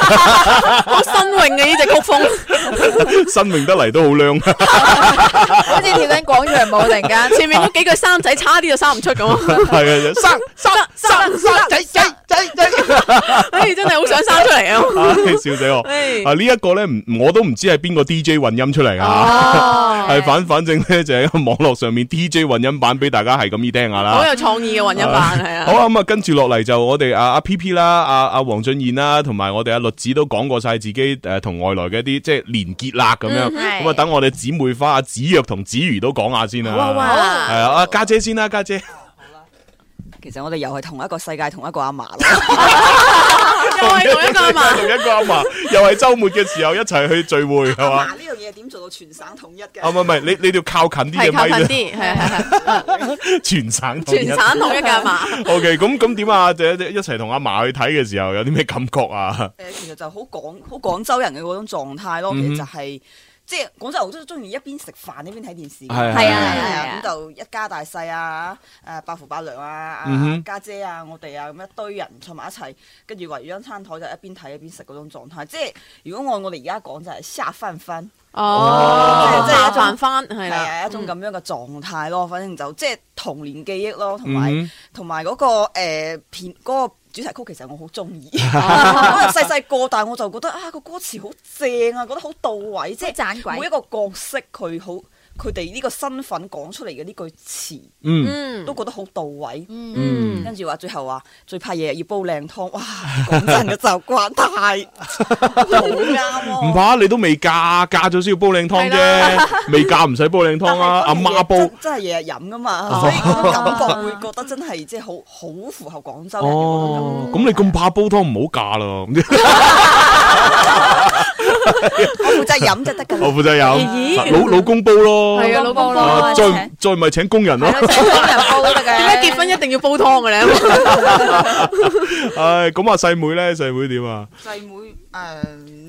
好新穎嘅呢只曲風，
生命得嚟都好靚，
[LAUGHS] 好似跳緊廣場舞突然間，前面嗰幾句三仔差啲就生唔出咁。
係啊，
[LAUGHS]
生
生生生仔仔仔仔，哎，真係好想生出嚟
Ờ.
啊！
Ờ.
唉笑死
[LAUGHS]
我！
唉
啊呢一個咧，唔我都唔知係邊個 DJ 混音出嚟
哦
啊，係反反正咧就喺網絡上面 DJ 混音版俾大家係咁意聽下
[LAUGHS]
啦。
好有創意嘅混音版係
好
啊，
啊，咁啊，跟住落嚟就我哋阿阿 P P 啦，阿阿黃俊賢啦，同埋我哋阿律子都講過晒自己誒同外來嘅一啲即係連結啦咁樣。
嗯係
咁啊，等我哋姊妹花阿子若同子瑜都講下先啦。
好啊好啊 [LAUGHS]
係啊，阿家姐先啦，家姐。
其實我哋又係同一個世界，同一個阿嫲咯。
[LAUGHS] 又係同一個阿嫲，同一個阿嫲，啊又係週末嘅時候一齊去聚會
[LAUGHS]
係嘛？
呢樣嘢點做到全省統一嘅？
啊唔係唔係，你你哋要靠近啲嘅
係靠
咪
近啲，係係 [LAUGHS] 係，
[LAUGHS] 全省統
全
一
省統一嘅阿
[LAUGHS]
嫲。
O K，咁咁點啊？就一一齊同阿嫲去睇嘅時候，有啲咩感覺啊？
誒，其實就好廣好廣州人嘅嗰種狀態咯，其
嗯哼
實就係。即係廣州人好中中意一邊食飯一邊睇電視，
係啊係啊
係
係啊
咁就一家大細啊，誒伯父伯娘啊
嗯
啊
哼，
家姐啊，我哋啊咁一堆人坐埋一齊，跟住圍住張餐台就一邊睇一邊食嗰種狀態。即係如果按我哋而家講就係下飯飯，
哦
即係即係一種
下飯飯係啦
啊一
嗯
種咁樣嘅狀態咯。反正就即係童年記憶咯，同埋。
嗯
同埋嗰個誒片嗰個主題曲，其實我好中
[LAUGHS]
意。我又細細個，但係我就覺得啊個歌詞好正啊，覺得好到位，即係每一個角色佢好佢哋呢個身份講出嚟嘅呢句詞，
嗯
都覺得好到位。
嗯
跟住話最後話最怕日日要煲靚湯，哇！講真嘅就關
[LAUGHS]
太 [LAUGHS] 好啱
唔怕，你都未嫁，嫁咗先要煲靚湯
係啦
[LAUGHS] 啫，未嫁唔使煲靚湯
[LAUGHS]
啊，阿媽煲。哦
真真係日日飲噶嘛，所以嗰種感覺會覺得真係即係好好符合廣州人嘅嗰種感覺
哦，咁你咁怕煲湯，唔好嫁咯。
[LAUGHS] 我負責飲就得㗎啦。
我負責有，老老公煲咯，
係啊老公煲
啊再
請
再唔係請工人咯。
點解結婚一定要煲湯嘅咧？
[LAUGHS]
唉，咁啊細妹咧，細妹點啊？
細妹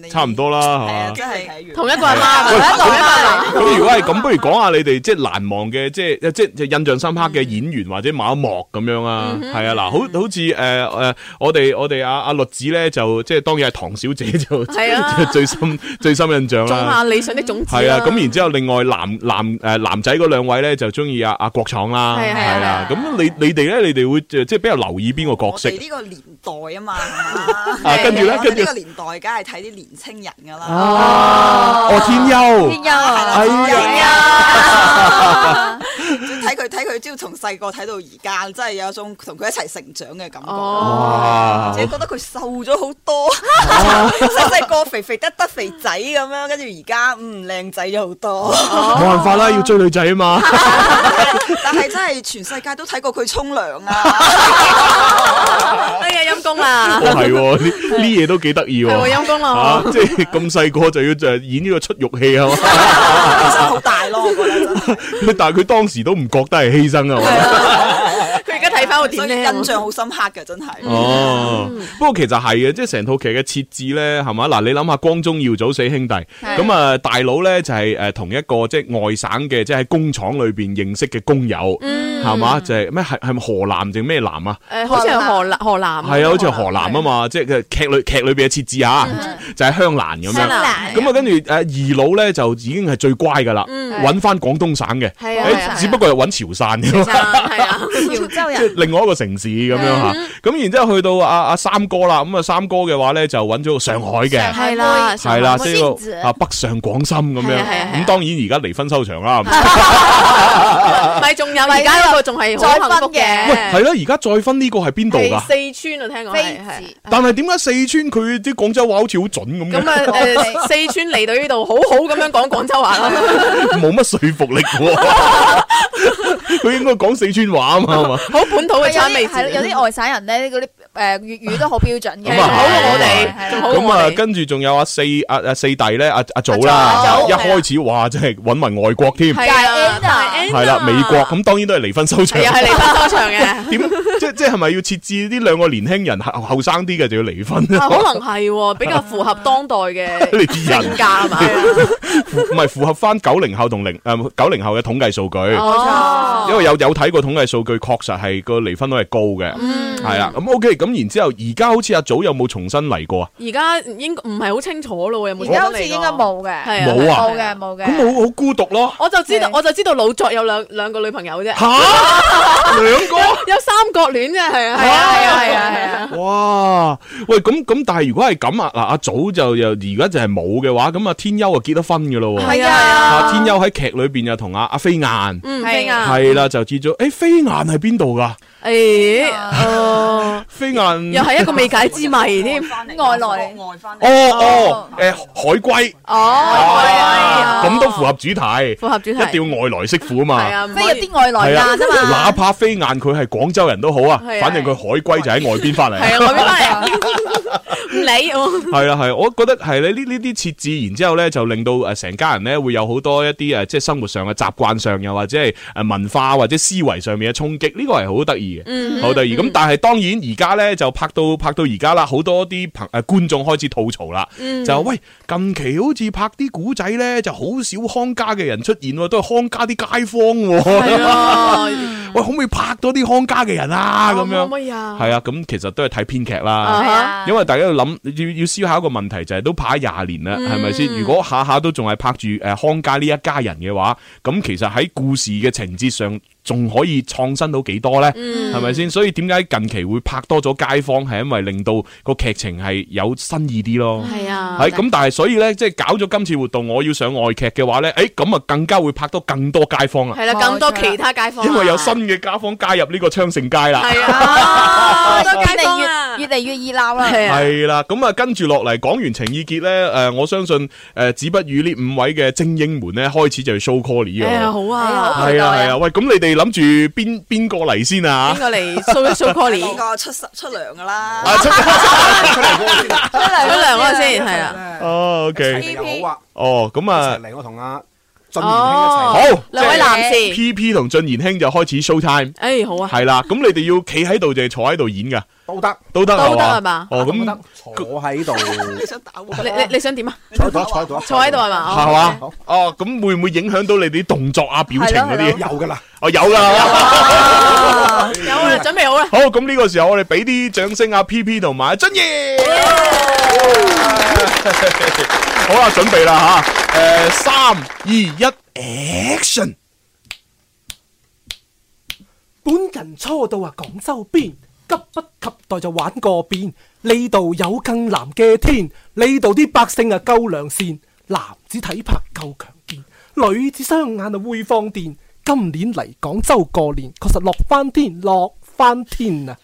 誒，
差唔多啦，係嘛？
真係
同一個阿媽，同一個阿
[LAUGHS]
媽嚟。
啊咁如果係咁，不如講下你哋即係難忘嘅，即係即係即係印象深刻嘅演員或者某一幕咁樣啊？係啊，嗱，好好似誒誒，我哋我哋啊阿阿栗子咧就即係當然係唐小姐就
係啊
最深最深印象
種下
啦。
理想的種子
係啊，
啦。
咁然之後，另外男男誒男仔嗰兩位咧就中意阿阿國廠啦，
係啊係啊
係啊。咁你你哋咧，你哋會即係比較留意邊個角
我
色
哋？呢個年代啊嘛，係嘛
啊跟住咧
我哋
跟住
呢個年代，梗係睇啲年青人㗎啦。
哦哦天庥天庥
係啦
哎
呀，睇佢睇佢，只要從細個睇到而家，真係有一種同佢一齊成長嘅感覺。
哦
哇
自己覺得佢瘦咗好多，
哦
[LAUGHS] 細細個肥肥得得肥仔咁樣，跟住而家嗯靚仔咗好
哦冇
多。
辦法啦，要追女仔啊嘛。
[LAUGHS] 但係真係全世界都睇過佢沖涼啊！
哎呀，陰
[LAUGHS]
公啦！
哦，係喎，呢呢嘢都幾得意喎。
係喎陰公啦
啊
嗬
即係咁細個就要就演呢個出肉戲啊嘛。
好大咯，我覺得真係。
[LAUGHS] 但係佢當時都唔覺得係犧牲啊。
佢而家睇翻我點咧，印象好深刻嘅，真係。嗯
哦，不過其實係嘅，即係成套劇嘅設置咧，係嘛嗱？你諗下光宗耀祖四兄弟，咁啊大佬咧就係誒同一個即係外省嘅，即係喺工廠裏邊認識嘅工友，
嗯
係嘛？就係咩係係咪河南定咩南啊？
誒，好似係河南，河南
係啊，好似係河南啊嘛，即係劇裏劇裏邊嘅設置啊，就係香蘭咁樣。
嗯香蘭
咁啊，跟住誒二佬咧就已經係最乖噶啦，
嗯
揾翻廣東省嘅，
係啊
誒
係啊
只不過係揾潮汕嘅，
係啊，
潮州
[LAUGHS] 即係另外一個城市咁樣嚇。
嗯
咁然之後去到阿阿三哥啦，咁啊三哥嘅話咧就揾咗個上海嘅，
係啦
係
上海
啦，即
仙子
係個啊北上廣深咁樣。
係啊係啊係啊
咁當然而家離婚收場
[LAUGHS]
啦。
咪仲有而家嗰個仲係好幸福
喂，
嘅，
係啦，而家再分呢個係邊度
係
㗎？
四川啊，聽講係係。
但係點解四川佢啲廣州話好似好準咁嘅？
咁啊
[LAUGHS]
誒，四川嚟到呢度好好咁樣講廣州話啦，
[LAUGHS] 冇乜說服力喎。
[LAUGHS]
佢應該講四川話啊嘛，係嘛？
好本土嘅餐味字
係有啲外省人咧，嗰啲
[LAUGHS]
誒粵語都好標準嘅，
咁啊
好過我哋。
咁啊，跟住仲有阿四阿阿四弟咧，阿阿祖啦啊
阿，祖
一開始哇，真係揾埋外國添，
係啊，
à.
係啦，美國咁當然都係離婚收場，
係啊，係離婚收場嘅。
[LAUGHS] 點即即係咪要設置呢兩個年輕人後後生啲嘅就要離婚？
啊，可能係喎比較符合當代
[LAUGHS]
嘅性格啊嘛，
符唔係符合翻九零後同零誒九零後嘅統計數據。
哦
因為有有睇過統計數據，確實係個離婚率係高嘅，
嗯
係啦。咁 OK，咁然之後，而家好似阿祖有冇重新嚟過啊？
而家應該唔係好清楚咯喎，有冇
而家好似應該冇嘅，
係啊
冇啊
冇嘅，冇
咁
嘅。
好好孤獨咯。
我就知道，我就知道老作有兩兩個女朋友啫。
吓兩個
有有三角戀啫，係啊，係啊，係啊，係啊，係啊。
哇！喂，咁咁，但係如果係咁啊，嗱，阿祖就又而家就係冇嘅話，咁啊天庥啊結咗婚嘅咯喎。
係啊係啊
天庥喺劇裏邊又同阿阿飛雁，
嗯飛雁
係啦，就知咗。誒，飛雁係邊度㗎？
誒，哦，
飛雁
又係一個 [LAUGHS] 未解之謎添，
外來外翻
哦哦哦，誒海龜啊
哦，
咁都都符合主題，
符合主題
一定要外來媳婦啊嘛。
係啊唔可以
飛入啲外來
係
人啊嘛。
哪怕飛雁佢係廣州人都好啊
係，啊
反正佢海歸就喺外邊翻嚟。
係啊，我邊翻嚟，
[LAUGHS]
唔理我。
系啦，系，我覺得係咧呢呢啲設置，然之后咧就令到诶成家人咧會有好多一啲诶呃即係生活上嘅習慣上，又或者係诶文化或者思維上面嘅衝擊，呢個係好得意
嗯
嘅，好得意。咁但係當然而家咧就拍到拍到而家啦，好多啲朋呃诶观众开始吐槽啦，
嗯
就話喂近期好似拍啲古仔咧就好少康家嘅人出現喎，都係康家啲街坊
係啊
喎。喂可唔可以拍多啲康家嘅人啊？咁
可
樣
唔可以啊
係啊，咁其實都係睇編劇
啊
啦
哈，
因為大家要諗，要要思考一個問題，就係都拍咗廿年啦，
嗯
係咪先？如果下下都仲係拍住诶康家呢一家人嘅話，咁其實喺故事嘅情節上。仲可以創新到幾多呢？
嗯
係咪先？所以點解近期會拍多咗街坊，係因為令到個劇情係有新意啲咯。
係啊
係咁，但係所以呢，即係搞咗今次活動，我要上外劇嘅話呢，誒咁啊更加會拍多更多街坊啦。
係啦，咁多其他街坊啊，
因為有新嘅街坊加入呢個昌盛街啦。
係
Ờ,
啊，多街坊啊，
à.
越嚟越熱鬧啦。
係
系啦，咁啊，跟住落嚟講完情意結咧，诶、我相信诶、誒子不語呢五位嘅精英們咧，開始就要 show call 嘅。
哎呀好啊
係
好期
啊
待啊
係啊，喂，咁你哋諗住邊邊個嚟先啊？
邊個嚟 show 一 show Colly？邊
個出出糧㗎啦？
出
出糧
出糧嗰個先係啦。
哦
你
，OK，
又好啊，
哦，咁啊，
嚟我同阿俊賢兄一齊。
好，
哦兩位男士
P P 同俊賢兄就開始 show time。
哎好啊
係啦，咁你哋要企喺度定係坐喺度演噶？
都得，
都得，
都得係嘛
哦，咁
坐喺度，
[LAUGHS]
你你你想點啊？
坐喺度，坐喺度，
坐喺度係嘛？
係嘛？哦，咁會唔會影響到你哋啲動作啊、表情
係
嗰
咯
啲？
有噶啦，
哦，有噶啦。
有啦，準備好啦。
好，咁呢個時候我哋俾啲掌聲啊 à, P P 同埋阿俊怡。好啦，準備啦吓，诶，三二一，Action！
本人初到啊廣州邊，急不及待就玩個遍。呢度有更藍嘅天，呢度啲百姓啊夠良善，男子體魄夠強健，女子雙眼啊會放電。今年嚟廣州過年，確實落翻天，落翻天啊！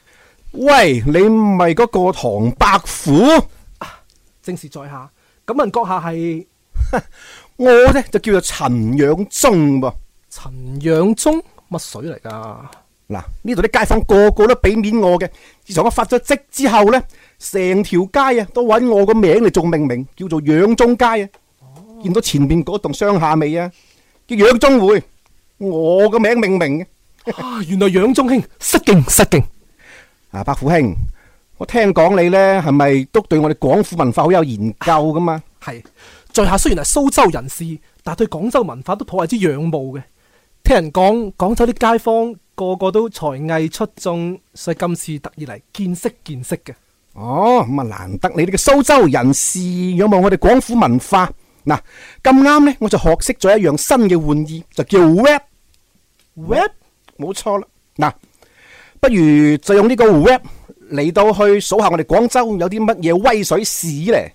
喂，你唔係嗰個唐伯虎？
啊正是在下，咁問閣下係
[LAUGHS] 我呢就叫做陳養忠噃。
陳養忠乜水嚟㗎？
嗱，呢度啲街坊個個都俾面我嘅。自從我發咗職之後呢，成條街啊都揾我個名嚟做命名，叫做養忠街啊。見到前面嗰棟商廈未啊？叫養忠會，我個名命名嘅。
啊，原來養忠兄失敬失敬。
啊，伯虎兄，我聽講你呢係咪都對我哋廣府文化好有研究噶嘛？
係，在下雖然係蘇州人士，但對廣州文化都頗為之仰慕嘅。聽人講廣州啲街坊個個都才藝出眾，所以今次特意嚟見識見識嘅。
哦，咁啊難得你哋嘅蘇州人士仰慕我哋廣府文化。嗱，咁啱呢，我就學識咗一樣新嘅玩意，就叫 rap。
rap
冇錯啦。嗱，不如就用呢個 rap 嚟到去數下我哋廣州有啲乜嘢威水史咧。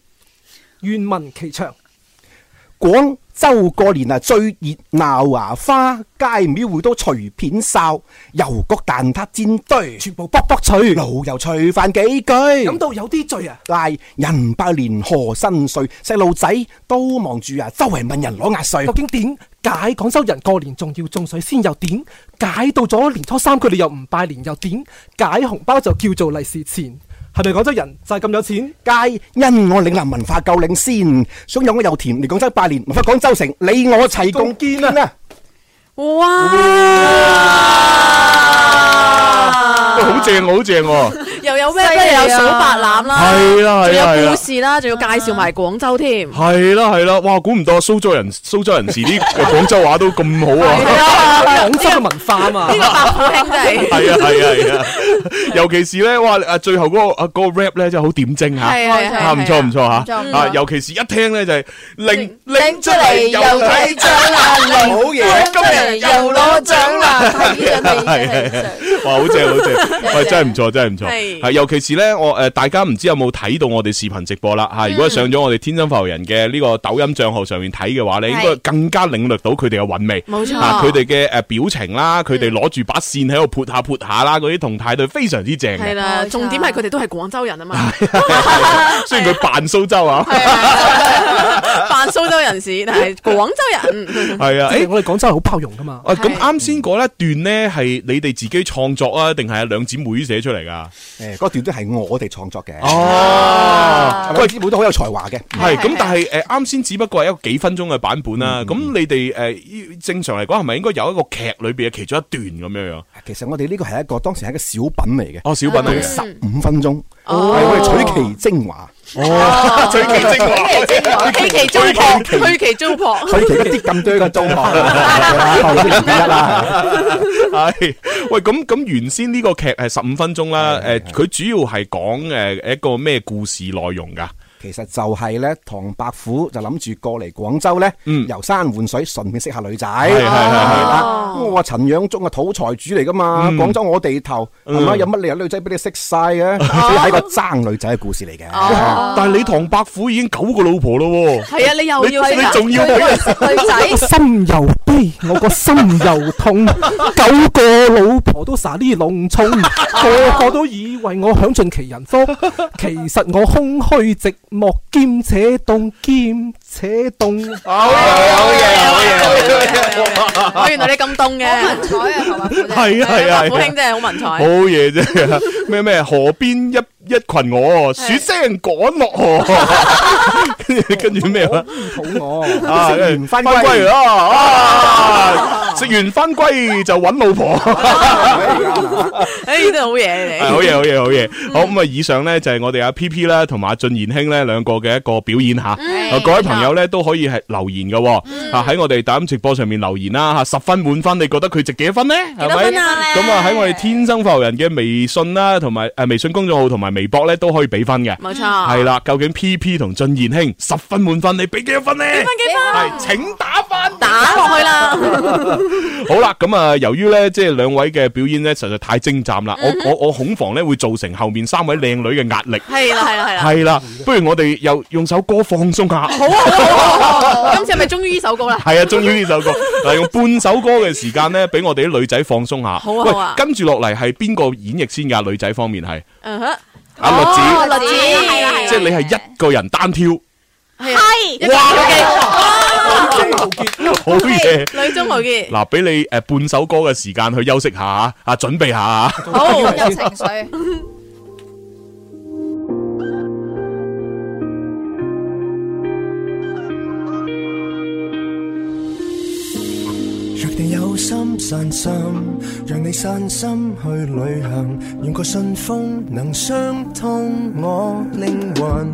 願聞其詳。
廣州過年啊最熱鬧啊，花街廟會都隨便哨，油角蛋撻煎堆，
全部卜卜脆，
老油脆飯幾句，
飲到有啲醉啊！
嗌人拜年何新歲，細路仔都望住啊，周圍問人攞壓歲
究。竟點解廣州人過年仲要種水先又點？解到咗年初三佢哋又唔拜年又點？解紅包就叫做利是錢，係咪廣州人就係咁有錢？
街因我嶺南文化夠領先，想有我又甜嚟廣州拜年，文化廣州城，你我齊共建啊！
喂，好正喎，好正喎！
[LAUGHS] 又有咩又有數白欖啦，
係啦係
仲
啦係
有
啦
故事啦，仲要介紹埋廣州添。
係啦係啦，哇！估唔到蘇州人蘇州人士啲廣州話都咁好啊！
廣州嘅文化啊嘛，
呢個白虎兄真
[LAUGHS]
係
係啊係啊係啊，尤其是咧，哇！啊，最後嗰個啊嗰個 rap 咧真係好點睛吓，
係係係
啊唔錯唔錯
唔錯唔
吓，
錯
啊，尤其是一聽咧就係令
拎出嚟又
[LAUGHS]
睇獎啦，
好嘢
今日又攞獎啦，睇
[LAUGHS] 係係係哇，好正好正，喂，真係唔錯，真係唔
係
錯。係尤其是咧，我诶，大家唔知有冇睇到我哋視頻直播啦吓？如果上咗我哋天生浮人嘅呢個抖音帳號上面睇嘅話咧，應
係
該更加領略到佢哋嘅韻味。
冇錯
啊佢哋嘅诶表情啦，佢哋攞住把扇喺度潑下潑下啦，嗰啲同態對非常之正嘅。
係啦，重點係佢哋都係廣州人啊
[LAUGHS]
嘛，
雖然佢扮蘇州啊。
扮蘇州人士，但係廣州
[LAUGHS]
人。
係啊，
即係
誒
我哋廣州人好包容噶嘛。
啊，咁啱先嗰一段咧係你哋自己創作啊，定係兩姊妹寫出嚟噶？
诶，嗰段都係我哋創作嘅。
哦，
喂，姊妹都好有才華嘅。
係嗯咁，但係誒啱先只不過係一個幾分鐘嘅版本啦。咁你哋誒正常嚟講係咪應該有一個劇裏邊嘅其中一段咁樣 [LAUGHS] 樣？
其實我哋呢個係一個當時係一個小品嚟嘅。
哦，小品嚟嘅
十五分鐘，係
哦
我哋取其精華。
[LAUGHS]
哦
取其精華
取其精華取其糟粕，去其糟粕。
取其一啲咁多嘅糟
[LAUGHS]
粕。
啊
後邊唔記得啦。
係喂，咁咁原先呢個劇係十五分鐘啦。誒，佢主要係講誒一個咩故事內容㗎？
其實就係咧，唐伯虎就諗住過嚟廣州咧，
嗯
遊山玩水，順便識下女仔。
係係係
啊
哦
咁我話陳養忠啊，土財主嚟噶嘛，
嗯
廣州我地頭係咪？
嗯
有乜理由女仔俾你識晒嘅？所以係一個爭女仔嘅故事嚟嘅。
哦
但係你唐伯虎已經九個老婆咯。
係啊，你又要
你你仲要俾
我心又悲，我個心又痛，九個老婆都耍呢籠葱，個個都以為我享盡其人福，其實我空虛寂寞，兼且凍，兼且凍。
好嘢，好
嘢，好嘢！哦我原來你咁凍嘅，文
采啊，唐伯虎
係啊係啊
虎兄真係好文
好
采。
嘢啫！ [LAUGHS] 咩咩河邊一一群我，雪聲趕落
[LAUGHS]
河，跟住跟住咩話？
肚餓
啊
食完翻
返
歸
歸啊啊！食完翻歸就揾老婆，
诶，真係哎好嘢你。
係哎 [LAUGHS] 好嘢好嘢好嘢！好咁啊！以上咧就係我哋阿 P P 啦，同埋阿俊賢兄咧兩個嘅一個表演吓。
嗯
啊各位朋友咧都可以係留言嘅喎，啊喺我哋抖音直播上面留言啦啊吓，十分滿分，你覺得佢值幾多分咧？係咪？咁啊喺我哋天生浮人嘅微信啦，同埋诶微信公眾號同埋微博咧都可以俾分嘅。
冇錯
係啦，究竟 P P 同俊賢兄十分滿分，你俾幾多分咧？
分
幾分？係請打翻
打落去啦。
好啦，咁啊，由於咧，即係兩位嘅表演咧，實在太精湛啦，我我我恐防咧會造成後面三位靚女嘅壓力。
係啦係啦係啦
係啦，不如我哋又用首歌放鬆下。
好啊好啊好啊！今次係咪終於呢首歌啦？
係啊，終於呢首
[LAUGHS]
歌，嗱用半首歌嘅時間咧，俾我哋啲女仔放鬆下。
好啊好啊
喂跟住落嚟係邊個演繹先㗎？女仔方面係
嗯哼，
阿栗
哦
子，
栗子係啦係啊啦
即係你係一個人
[LAUGHS]
單挑。
係
好嘢
女中豪傑。
嗱，俾你诶半首歌嘅時間去休息下啊，啊準備下啊。
好
有情緒。
若定有心散心，讓你散心去旅行，用個信封能相通我靈魂。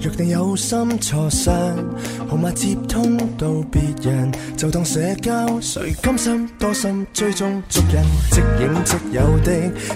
若定有心錯失，號碼接通到別人，就當社交，誰甘心多心追蹤捉人，即影即有的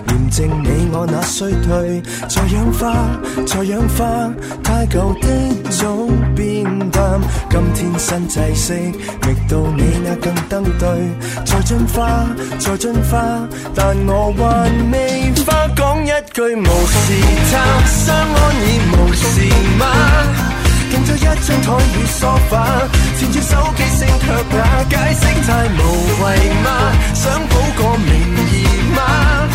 驗證你我那衰退，再氧化，再氧化，太舊的早變淡，今天新制式，覓到你那更登對，再進化，再進化，但我還未花講一句無視他，相安已無事嗎？敬咗一張台與梳化，纏住手機聲卻也解釋太無謂嗎？想補個名義嗎？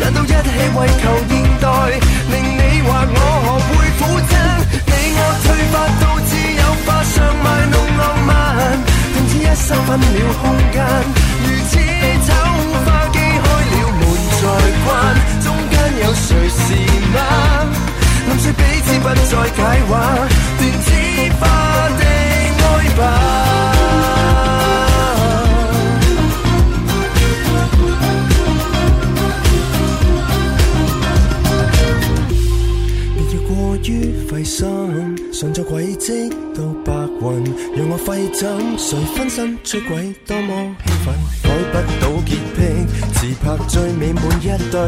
難道一起為求現代，令你話我學會苦爭？你我退化到只有花上賣弄浪漫，定止一生分秒空間，如此醜化機開了門再關，中間有誰是嗎？臨睡彼此不再解話，段子化地愛吧。別要過於費心，順著軌跡到白魂，让我廢枕，誰分身出軌，多麼興奮，改不到潔癖，自拍最美滿一對，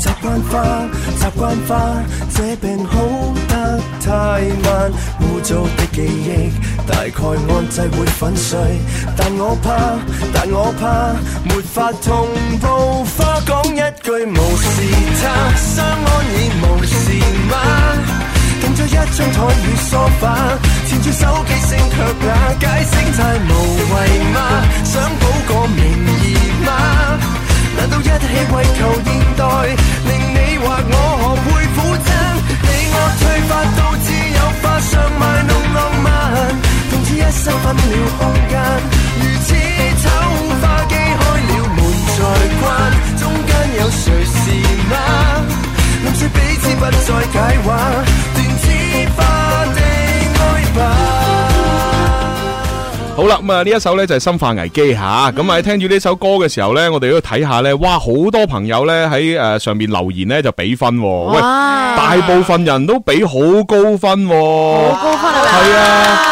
習慣化，習慣化，這病好得太慢，污糟的記憶，大概按掣會粉碎，但我怕，但我怕，沒法同步花講一句無視他，相安已無事嗎？定咗一張台與梳化，纏住手機聲卻也解釋太無謂嗎？想補個名義嗎？難道一起為求現代，令你或我學會苦爭？你我退化到只有花上賣弄浪漫，同此一生分了空間，如此醜化機開了門再關，中間有誰是嗎？臨說彼此不再解話，斷枝花地愛吧。
好啦，咁啊呢一首咧就係《生化危機》吓，咁啊聽住呢首歌嘅時候咧，我哋都睇下咧，哇好多朋友咧喺誒上面留言咧就俾分喎，喂，大部分人都俾好高分喎，好高分啊，係啊，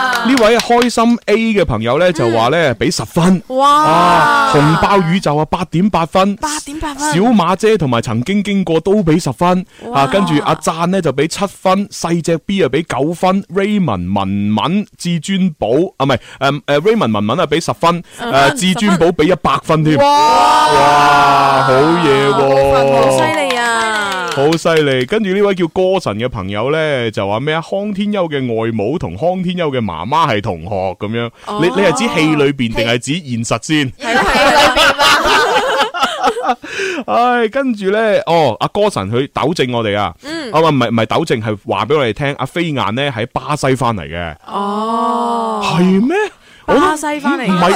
嗱呢位開心 A 嘅朋友咧就話咧俾十分，
哇
啊紅爆宇宙啊八點八分，
八點八分，
小馬姐同埋曾經經過都俾十分，
哇
啊跟住阿贊呢就俾七分，細只 B 啊俾九分，Raymond 文文至尊寶啊唔係誒誒 Raymond 文文啊俾十分，
嗯
誒至尊寶俾一百分添，
哇
哇好嘢
好犀
喎！
利啊！
好犀利，跟住呢位叫歌神嘅朋友呢，就話咩啊？康天庥嘅外母同康天庥嘅媽媽係同學咁樣，
哦
你你係指戲裏邊定係指現實先？ [LAUGHS] 唉，跟住咧，哦，阿歌神佢糾正我哋啊，
嗯
啊唔係唔係糾正，係話俾我哋聽，阿飛雁咧喺巴西翻嚟嘅，
哦，
係咩？我都
巴西翻嚟嘅
唔係
外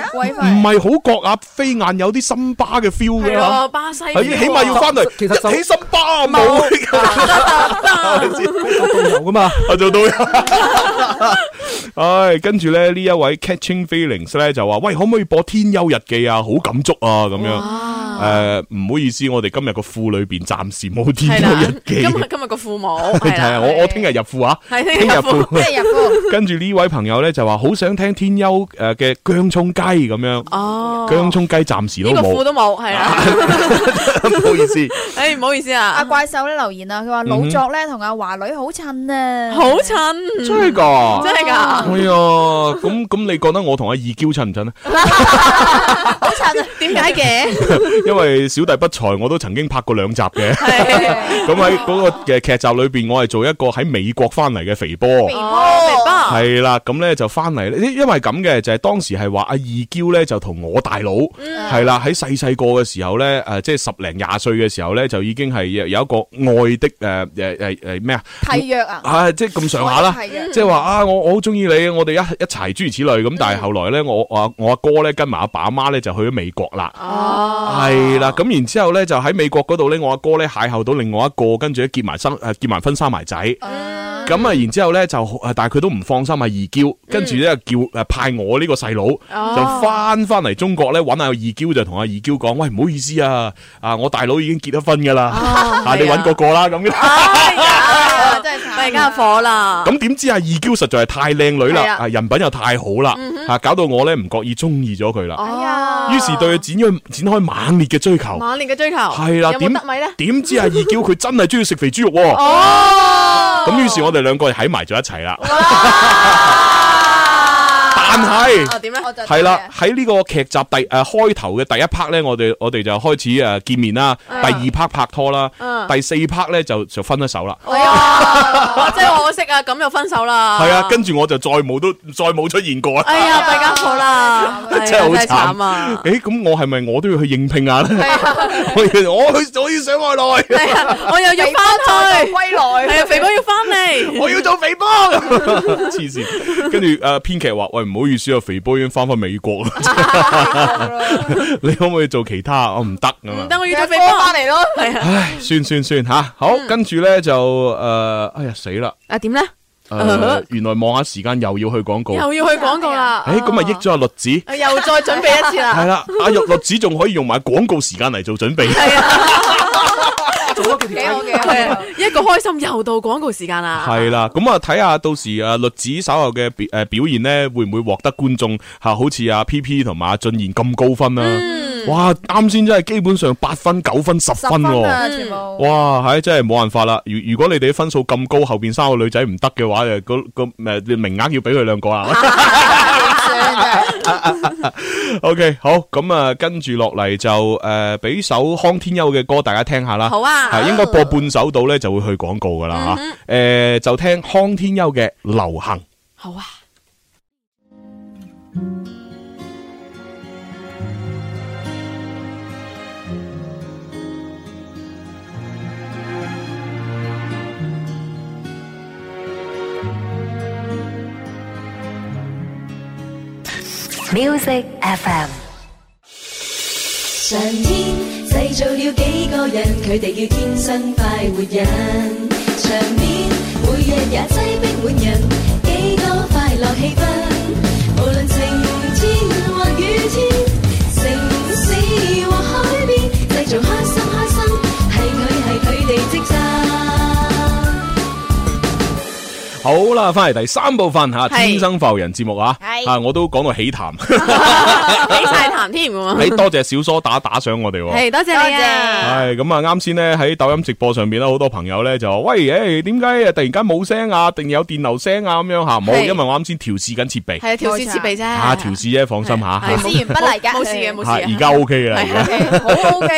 啊，
唔係好覺阿啊飛雁有啲森巴嘅 feel
係
嘅
喎
嚇，
巴西
係起碼要翻嚟，
其實就
一起森巴冇
導遊噶嘛，
[LAUGHS] 我做到。唉，跟住咧呢一位 Catching Feelings 咧就話：喂，可唔可以播《天優日記》啊？好感觸啊，咁樣。诶，唔好意思，我哋今日個庫裏边暫時冇《天
係啦，
優日
今
記》。
日今日個父母係
[LAUGHS] 係啊，
啦，
我我聽日入庫啊，
係聽日入庫 [LAUGHS] 聽日入庫
跟住呢位朋友咧就話：好想聽天優诶嘅姜葱雞咁樣。
哦，
姜葱雞暫時都
呢個
冇 [LAUGHS]
褲，都冇，係啦，
唔好意思。
誒唔好意思啊，
阿怪獸咧留言啊，佢話
嗯
老
哼
作咧同阿華女好襯啊，
好襯
真係㗎
真係㗎
哎呀，咁咁，你覺得我同阿二嬌襯唔襯啊？
好慘啊！點解嘅？
[LAUGHS] 因為小弟不才，我都曾經拍過兩
[LAUGHS]
集嘅。 [LAUGHS] 咁喺嗰個嘅劇集裏边，我係做一個喺美國翻嚟嘅肥波。
哦，
係啦，咁咧就翻嚟，因因為咁嘅就係當時係話阿二嬌咧就同我大佬
嗯
係啦，喺細細個嘅時候咧，诶即係十零廿歲嘅時候咧，就已經係有有一個愛的诶诶诶诶咩啊？
契約
à?
啊，
啊，即係咁上下啦
愛的契約，
即係話啊，我我好中意你，我哋一一齊諸如此類咁。但係
嗯
後來咧，我我阿我阿哥咧跟埋阿爸阿媽咧就去咗美國啦。
哦
哦 Ờ.
係啦，咁然之後咧就喺美國嗰度咧，我阿哥咧邂逅到另外一個，跟住咧結埋生誒結埋婚生埋仔。
哦
咁啊，然之後咧就誒，但係佢都唔放心啊二嬌，跟住咧叫誒派我呢個細佬
哦
就翻翻嚟中國咧揾下二嬌，就同阿二嬌講：喂，唔好意思啊，啊我大佬已經結咗婚㗎啦，
哦
啊你
係啊
揾嗰個啦咁樣。
真係大家火啦，
咁點知啊二嬌實在係太靚女啦
係啊，
啊人品又太好啦
嗯，哼
嚇搞到我咧唔覺意中意咗佢啦，
啊
於是對佢展開展開猛烈嘅追求。
猛烈嘅追求，
係啦，
有
點
冇得米咧？
點知啊二嬌佢真係中意食肥豬肉喎。
哦，
咁於是我哋兩個就喺埋咗一齊啦。但係
哦點咧？
係啦，喺呢個劇集第誒、呃、開頭嘅第一 part 咧，我哋我哋就開始誒、呃、見面啦。
嗯
第二 part 拍拖啦，
嗯
第四 part 咧就就分咗手啦。
哇，真係可惜啊！咁就分手啦。
係啊，跟住我就再冇都再冇出現過啦。
哎呀，大家好啦，哎呀
[LAUGHS] 真係好
真係慘
慘
啊！！
誒，咁我係咪我都要去應聘下咧？ [LAUGHS] 我要我去我要上外來。
係
à?
啊，我又要翻去，
歸來
係啊，肥波要翻嚟，
我要做肥波。 [LAUGHS] 黐線，跟住誒編劇話：喂，唔好意思啊，肥波已經翻返
[LAUGHS]
美國啦，你可唔可以做其他？我唔得咁啊
唔得，我要做肥波翻嚟咯。係啊，
唉，算算算吓，好，
嗯
跟住咧就誒，哎呀死啦！
啊點咧？ [LAUGHS]
誒，原來望下時間又要去呃廣告，
又要去廣告啦。
誒，咁咪益咗阿栗子，
啊又再準備
[LAUGHS]
一次啦。
係啦，阿栗栗子仲可以用埋廣告時間嚟做準備，
係啊，
做多幾條街。
係啊一個開心又到廣告時間啦。
系啦，咁啊睇下到時啊律子稍後嘅表诶表現咧，會唔會獲得觀眾吓好似阿 P P 同埋阿俊賢咁高分啊？哇！啱先真係基本上八分、九分、十分
10分啊
喎，
全部
哇！係真係冇辦法啦。如如果你哋啲分數咁高，後边三個女仔唔得嘅話，誒嗰個诶名額要俾佢兩個啊。O K，好，咁啊，跟住落嚟就诶，俾、首康天庥嘅歌大家聽下啦。
好啊
系应该播半首到咧，就會去廣告噶啦吓。诶、就聽康天庥嘅《流行》。
好
[LAUGHS]
啊。
Music FM。
上天製造了幾個人，佢哋叫天生快活人。場面每日也擠逼滿人，幾多快樂氣氛。無論晴天或雨天，城市或海邊，製造開心開心，係佢係佢哋職責。
好啦，翻嚟第三部分吓，
係
天生浮人節目啊，
係
啊，我都講到
[LAUGHS]
喜談，
俾晒痰添咁啊！
哎你多謝小梳打打賞我哋喎。
係多謝你啊！
系咁啊！啱先咧喺抖音直播上面咧，好多朋友咧就話：喂，诶，點解誒突然間冇聲啊？定有電流聲啊？咁樣吓，冇，
係
因為我啱先調試緊設備。
係啊調試設備啫
啊，調試啫，放心吓。
係
嚇
冇冇事嘅，冇事
係
嘅。
而家 OK 啦，
係
而家。
好 OK。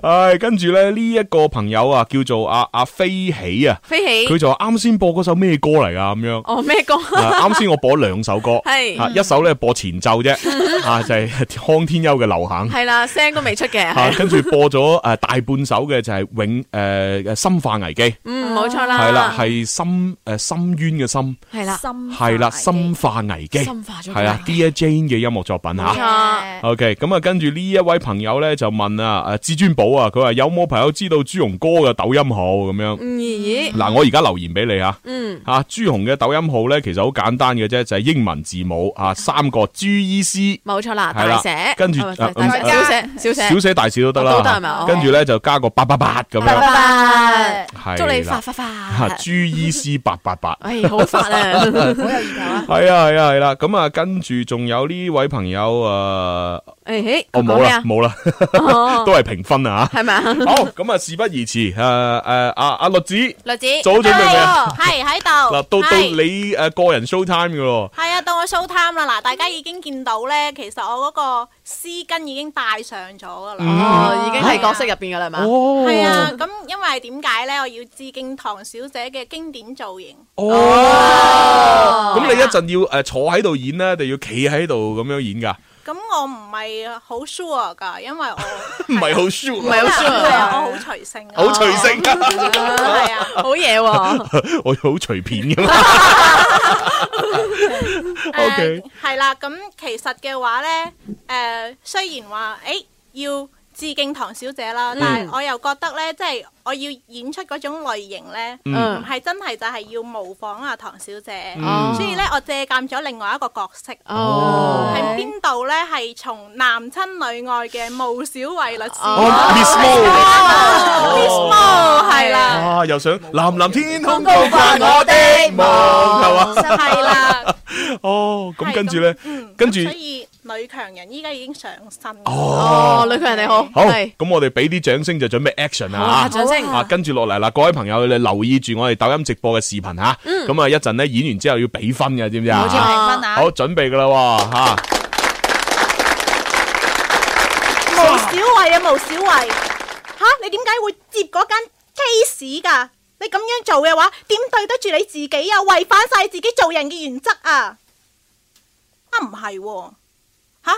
[LAUGHS] 唉，跟住咧呢一個朋友啊，叫做阿阿飛起啊，
飛起
佢就話啱先播嗰首咩歌嚟噶咁樣。
哦，咩歌？
啊啱先我播咗兩首歌，
係
啊一首咧播前奏啫，
嗯
啊就係康天庥嘅流
[LAUGHS]
行。
係啦，聲都未出嘅。
啊，跟住播咗诶大半首嘅就係永诶嘅深化危機，
嗯，冇錯啦。
係啦，係深诶深淵嘅深，
係啦，
係啦，深化危機，
深化咗
係啊，Dear Jane 嘅音樂作品
冇
吓。
錯。
OK，咁啊，跟住呢一位朋友咧就問啊，诶至尊寶啊，佢話有冇朋友知道朱紅哥嘅抖音號咁樣？
嗯咦？
嗱，我而家留言俾你啊。
嗯
啊，朱紅嘅抖音號咧，其實好簡單嘅啫，就係英文字母啊，三個 G E C。
冇錯啦，
係
大
啦
寫，
跟住
啊唔係
啊
大寫
嗯
小寫，小寫，
小寫大寫都得啦，
都得係咪哦
跟住咧就加個八八八咁啊
八
樣，
八
係
八，
啦
祝你發發
嚇
發，
，GEC 八八八，
[LAUGHS] 哎好發
[LAUGHS]
啊好有意頭啊
係啊係啊係啦，咁啊跟住仲有呢位朋友誒，呃
誒嘿
哦
佢
冇
講咩
啦
啊
冇啦
哦，
[LAUGHS] 都係評分啊嚇，
係咪啊
好咁啊，事不宜遲，誒誒阿阿栗子，
栗子
早準備未啊？
哎
係喺度。
嗱，到到
哦
係
你誒個人 show time 嘅咯。
係啊，到我 show time 啦！嗱，大家已經見到咧，其實我嗰個絲巾已經戴上咗噶啦。
哦，已經係角色入邊噶啦係嘛，
嗯
係啊，
哦
咁因為點解咧？我要致敬唐小姐嘅經典造型。
哦，咁你一陣要誒坐喺度演咧，定要企喺度咁樣演
[LAUGHS]
㗎？
咁我唔係好 sure 㗎，因為我
唔係 [LAUGHS] 好 sure，
唔係好 sure
係啊，我好隨性啊。
好隨性
[LAUGHS] 係啊，
[LAUGHS]
好嘢喎。
我好隨便㗎嘛。O K，
係啦，咁其實嘅話呢，誒、雖然話誒、要致敬唐小姐啦，
嗯
但係我又覺得呢，即係我要演出嗰種類型呢，唔
嗯
係、真係就係要模仿啊唐小姐，
嗯
所以呢，我借鑑咗另外一個角色，
哦
係邊度呢？係從男親女愛嘅毛小慧律師
哦，Miss Mo
Miss
哦
Mo 係啦。
啊，又想藍藍天空高
高
掛
掛
我
我
的
的
夢，係嘛？
係啦。
[LAUGHS] 哦，咁跟住咧，
嗯
跟住
所以女強人依家已經上身。
哦
女強人你好
好，
係
咁我哋俾啲掌聲就準備 action
好啊
啦嚇
掌聲
啊，跟住落嚟啦，各位朋友，你留意住我哋抖音直播嘅視頻嚇。
嗯
咁啊，一陣咧演完之後要俾分嘅，知唔知啊？
冇錯評分啊
好，準備噶啦喎啊嚇。
毛小慧啊，毛小慧，吓你點解會接嗰間 case 㗎？你咁樣做嘅話，點對得住你自己啊？違反晒自己做人嘅原則啊！啊，唔係喎，吓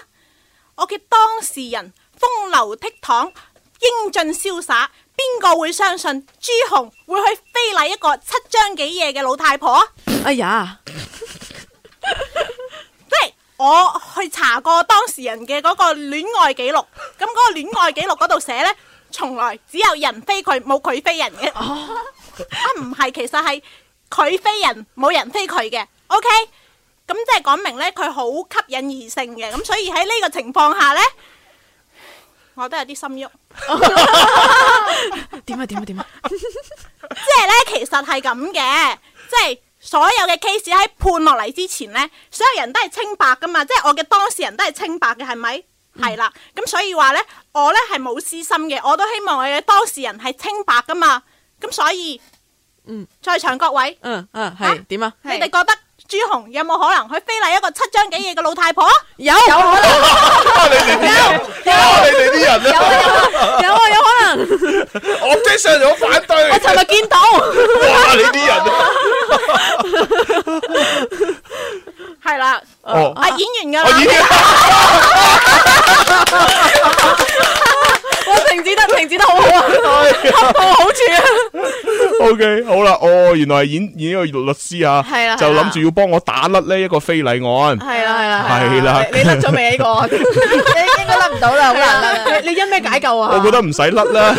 我嘅當事人風流倜傥、英俊瀟灑，邊個會相信朱紅會去非禮一個七張幾夜嘅老太婆？
哎呀，
即係我去查過當事人嘅嗰個戀愛記錄，咁嗰個戀愛記錄嗰度寫呢，從來只有人非佢，冇佢非人嘅。
哦
[LAUGHS] 啊，唔係，其實係佢非人，冇人非佢嘅。OK，咁即係講明呢，佢好吸引異性嘅，咁所以喺呢個情況下呢，我都有啲心喐。
[LAUGHS] 點啊點啊點啊！
即係咧，其實係咁嘅，即係所有嘅 case 喺判落嚟之前咧，所有人都係清白噶嘛，即係我嘅當事人都係清白嘅，係咪？
嗯
係啦，咁所以話咧，我咧係冇私心嘅，我都希望我嘅當事人係清白噶嘛，咁所以，
嗯，
在場各位，
嗯嗯係點 [LAUGHS] 啊？
你哋覺得朱紅有冇可能去非禮一個七張幾嘢嘅老太婆？
有有可能。
哦你哋啲人
有啊有啊有可能。
我即上咗反對。
我尋日見到。
哇！你啲人啊
係啦，
哦
啊演員㗎啦。
我停止得停止得好好
[LAUGHS]
啊，恰到好處啊。
O、k 好啦，哦，原來係演演一個律師啊，
係啦
就
係啦
諗住要幫我打甩呢一個非禮案，
係啦係啦
係啦，
你甩咗未呢個？你應該甩唔到啦，好難啦。你你因咩解救啊？
[LAUGHS] 我覺得唔使甩啦，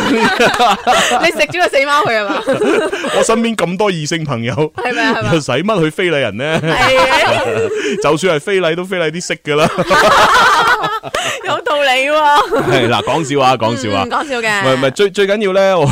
[LAUGHS]
你食咗個死貓佢係嘛？
[LAUGHS] 我身邊咁多異性朋友，
係咪啊係咪啊
又使乜去非禮人呢？ [LAUGHS] 就算係非禮都非禮啲識噶啦，
有道理喎。
係 [LAUGHS] 嗱，講笑啊，講笑啊
嗯，講笑
唔係
嘅。
唔係，最最緊要 [LAUGHS] 咧，我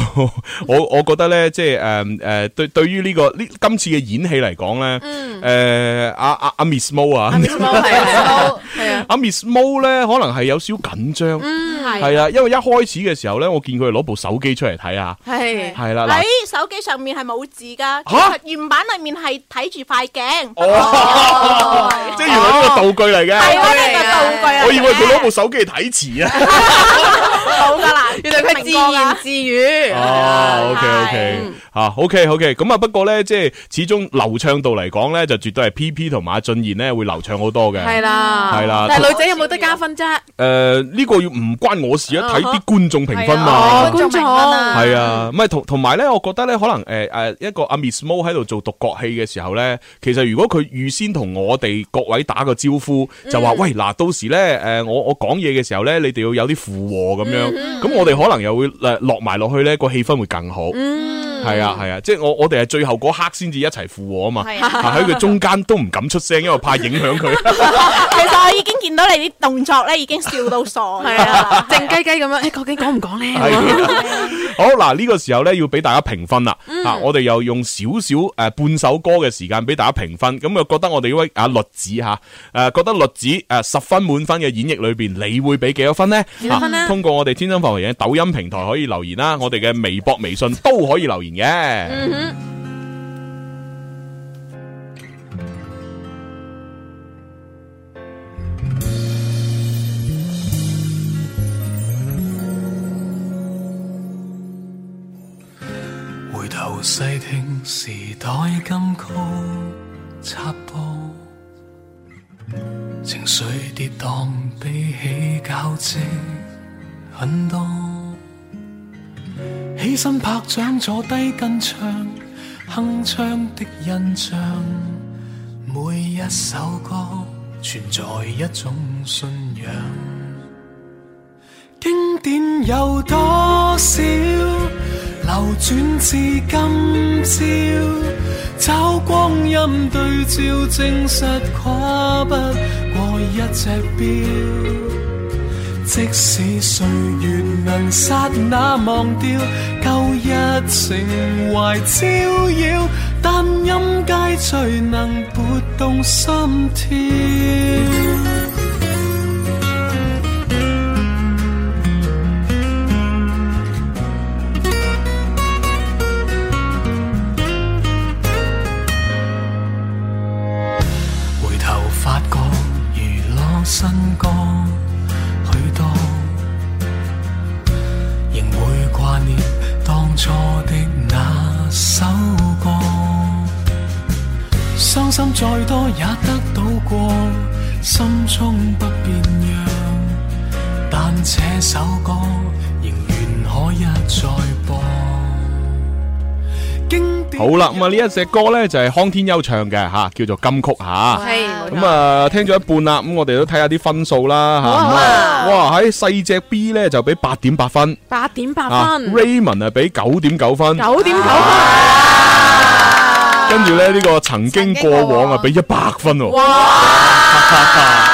我我覺得咧，即係誒誒，對對於呢個呢今次嘅演戲嚟講咧，誒阿阿阿 Miss Mo 啊
嗯阿 Miss Mo 係
[LAUGHS]
啊係啊
阿 Miss Mo 咧，可能係有少緊張，
嗯係
係啊，因為一開始嘅時候咧，我見佢攞部手機出嚟睇啊下，
係
係啦嗱
喺。手機上面係冇字噶，其
吓
實原版裏面係睇住塊鏡。
哦，即係原來呢個道具嚟嘅，
係啊呢個道具啊
我以為佢攞部手機嚟睇詞啊。
好噶啦，
原來佢自言自語。啊
哦，OK
嗯
OK，吓 OK OK，咁啊，不過咧，即係始終流暢度嚟講咧，就絕對係 P P 同埋阿俊賢咧會流暢好多嘅。
係啦，
係啦
但係女仔有冇得加分啫？
誒呃呢個要唔關我事啊，睇啲
啊
觀眾評分嘛
哦，。觀眾
係啊，唔係同同埋咧，我覺得咧，可能誒誒一個阿 Miss Mo 喺度做獨角戲嘅時候咧，其實如果佢預先同我哋各位打個招呼，就話
嗯
喂嗱，到時咧誒我我講嘢嘅時候咧，你哋要有啲附和咁樣，
嗯
咁我哋可能又會誒落埋落去咧，個氣氛會更好。係啊係啊，即係我我哋係最後嗰刻先至一齊附和啊嘛，
係啊
喺佢中間都唔敢出聲，因為怕影響佢。
其實我已經見到你啲動作咧，已經笑到傻。係啊，
靜雞雞咁樣，哎誒，究竟講唔講 [LAUGHS] 咧？
好嗱，呢個時候咧要俾大家評分啦
嗯，
啊，我哋又用少少诶半首歌嘅時間俾大家評分，咁又覺得我哋呢位啊栗子吓，诶覺得栗子诶十分滿分嘅演繹裏边，你會俾幾多分呢？
幾多分呢
啊通過我哋天生發圍嘅抖音平台可以留言啦，我哋嘅微博、微信都可以留言嘅。
嗯哼。
回頭細聽時代金曲插播，情緒跌宕比起交織很多。起身拍掌，坐低跟唱，鏗鏘的印象。每一首歌存在一種信仰，經典有多少？流轉至今朝，找光陰對照，證實跨不過一隻錶。即使歲月能剎那忘掉，舊日情懷招搖，但音階最能撥動心跳。回頭發覺娛樂新歌許多，仍會掛念當初的那首歌。傷心再多也得到過，心中不變樣，但這首歌仍願可一再播。
好啦，咁啊呢一隻歌咧就係康天庥唱嘅吓，叫做金曲吓。
哦係冇錯
咁啊，聽咗一半啦，咁我哋都睇下啲分數啦吓。
好啊
咁
好
啊哇，喺細只 B 咧就俾八點八分，
八點八
啊
分，
Raymond 啊俾九點九分，
九點九分，
跟住咧呢個曾經過 [LAUGHS] 往啊俾一百分喎。
哇！
哇！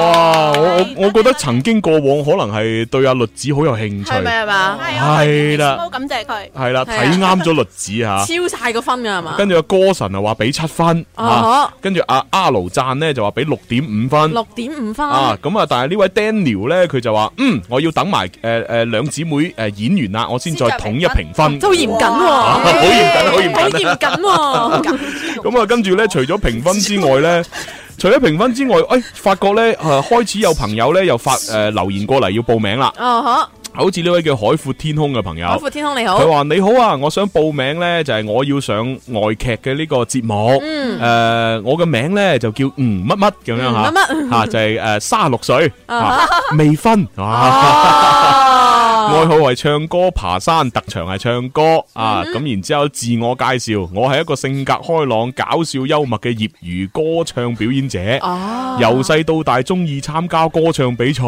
我我我我覺得曾經過往可能係對阿栗子好有興趣，
係咪啊嘛？
係啦，
感謝佢
係啦，睇啱咗栗子吓。
[LAUGHS] 超晒個分㗎係嘛？
跟住阿歌神啊話俾七分，
啊哈
啊跟住阿阿盧讚咧就話俾六點五分，
六點五分，
啊，咁啊，但係呢位 Daniel 咧，佢就話嗯，我要等埋誒誒兩姊妹誒演完啦，我先再統一評分，
哦真係好嚴謹喎
啊好嚴謹，好嚴謹，
好嚴謹喎。
咁啊，跟住咧，除咗評分之外咧。除咗評分之外，誒、哎、發覺咧，誒、開始有朋友咧又發誒、留言過嚟要報名啦。
啊哈！
好似呢位叫海闊天空嘅朋友，
海闊天空你好
佢話你好啊，我想報名呢，就係、我要上外劇嘅呢個節目，誒、
嗯
我嘅名呢，就叫嗯乜乜咁樣
嗯乜乜
吓，吓就係誒三十六歲，
啊哦
啊未婚，
[LAUGHS]
啊哇愛好係唱歌、爬山，特長係唱歌啊，
嗯
咁然之後自我介紹，我係一個性格開朗、搞笑幽默嘅業餘歌唱表演者，
哦
由細到大中意參加歌唱比賽，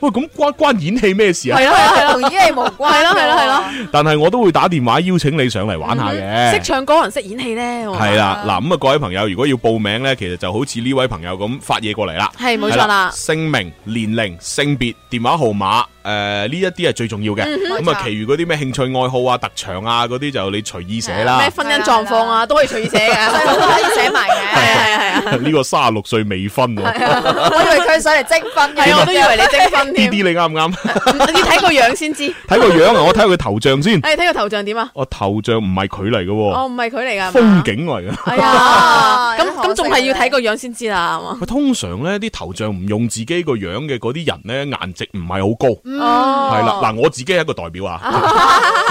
喂咁關關演戲咩事啊？
係咯係 [LAUGHS] 咯係咯，
同演戲無關
係咯係咯係咯。 [LAUGHS]
但系我都會打電話邀請你上嚟玩下
嗯識
嘅。
唱歌人識演戲咧，我話
係啦，嗱咁啊，各位朋友，如果要報名呢，其實就好似呢位朋友咁發嘢過嚟啦。
係冇錯啦
係姓名、年齡、性別、電話號碼，诶呢一啲係啊最重要嘅。
嗯哼
咁
冇
啊，
錯
其餘嗰啲咩興趣愛好啊、特長啊嗰啲就你隨意寫
咩 [LAUGHS]
啦。
婚姻狀況啊，都可以隨意寫嘅，
都可以寫
埋嘅。係啊係啊係啊。
呢個三十六歲未婚喎，
係啊我以為佢上嚟積分嘅，
係啊 [LAUGHS] 我都以為你積
[LAUGHS]
分
呢啲你啱唔
[LAUGHS]
啱？
要睇個樣先知。
睇個樣啊，我睇下佢頭像先。
誒，睇個頭像點啊？
我頭像唔係佢嚟嘅
哦，
喎，
唔係佢嚟㗎。係嘛
風景嚟嘅。
係啊，咁咁仲係要睇個樣先知啦，係嘛？
佢通常咧啲頭像唔用自己個樣嘅嗰啲人咧，顏值唔係好高。
哦
係啦，嗱，我自己係一個代表
[LAUGHS]
啊， [LAUGHS]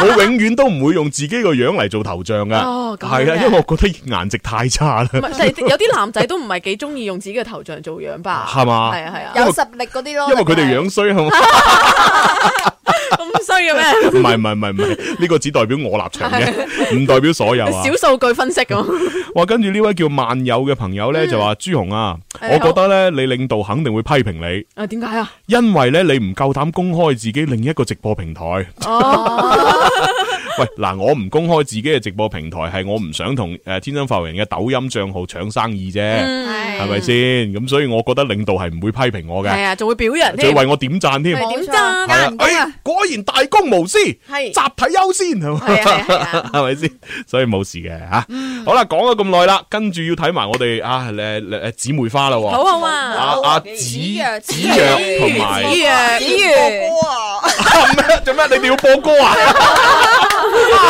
我永遠都唔會用自己個樣嚟做頭像噶，
哦咁樣
係啊，
嘅
因為我覺得顏值太差啦，
唔係，但
[LAUGHS]
係有啲男仔都唔係幾中意用自己嘅頭像做樣吧？
係嘛
係啊係啊，
有
實力嗰啲
因為佢哋樣衰啊係嘛，
[LAUGHS] 咁衰
[LAUGHS]
嘅
唔
咩？
係唔係唔係唔係，呢個只代表我立場嘅，唔代表所有啊。
小數據分析咁，
哇，跟住呢位叫萬有嘅朋友
嗯
咧就話：朱紅啊，
誒
我覺得咧你領導肯定會批評你。
啊點解
[LAUGHS]
啊？
因為咧，你唔夠膽公開自己另一個直播平台。
哦
喂，嗱，我唔公開自己嘅直播平台，係我唔想同诶天生發人嘅抖音帳號搶生意啫，
嗯
係咪先？咁所以我覺得領導係唔會批評我
係
嘅，
啊，仲會表人
仲
添，
要為我點贊添。
係點
係啊
贊？
哎果然大公無私，集
係
體優先，
[LAUGHS]
係嘛
係啊係
[LAUGHS]
嗯
係咪先？所以冇事嘅吓。好啦，講咗咁耐啦，跟住要睇埋我哋啊诶诶姊妹花啦喎。
好啊
阿阿子
若
子若同埋
子若子若。
做咩？你哋要播歌啊？啊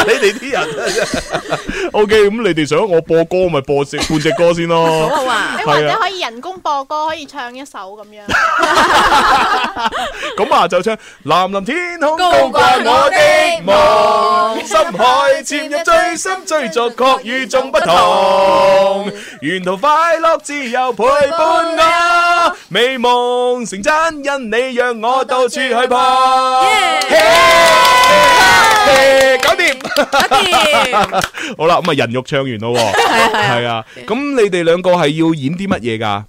你哋啲人，O K，咁你哋想我播歌咪播
[LAUGHS]
只半只歌先咯。
好啊你或
係
者
啊，
可以人工播歌，可以唱一首咁樣。
咁啊就唱《藍藍天空高掛我的夢》，深海潛入最深追逐，確與眾不同。沿途快樂自由陪伴我，美夢成真，因你讓我到處去碰。
啊
嘿搞掂， [LAUGHS] 好啦，咁啊人肉唱完咯喎，
係啊
係啊，咁你哋兩個係要演啲乜嘢㗎？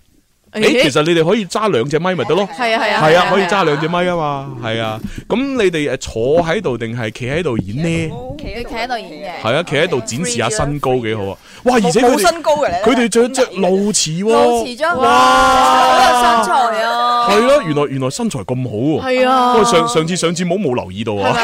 咦
诶，其實你哋可以揸兩隻咪咪得咯，
係啊係啊
係
係
啊
啊，
可以揸兩隻咪啊嘛，係啊，咁你哋诶坐喺度定係企喺度演呢？
你企喺度演嘅，
係啊，企喺度展示下身高幾好啊！哇，而且佢
冇身高嘅嚟
哋佢哋着着露臍喎，
露臍裝
哇，
好有身材啊
係咯，原來原來身材咁好喎，
係啊
喂上上次上次冇冇留意到啊。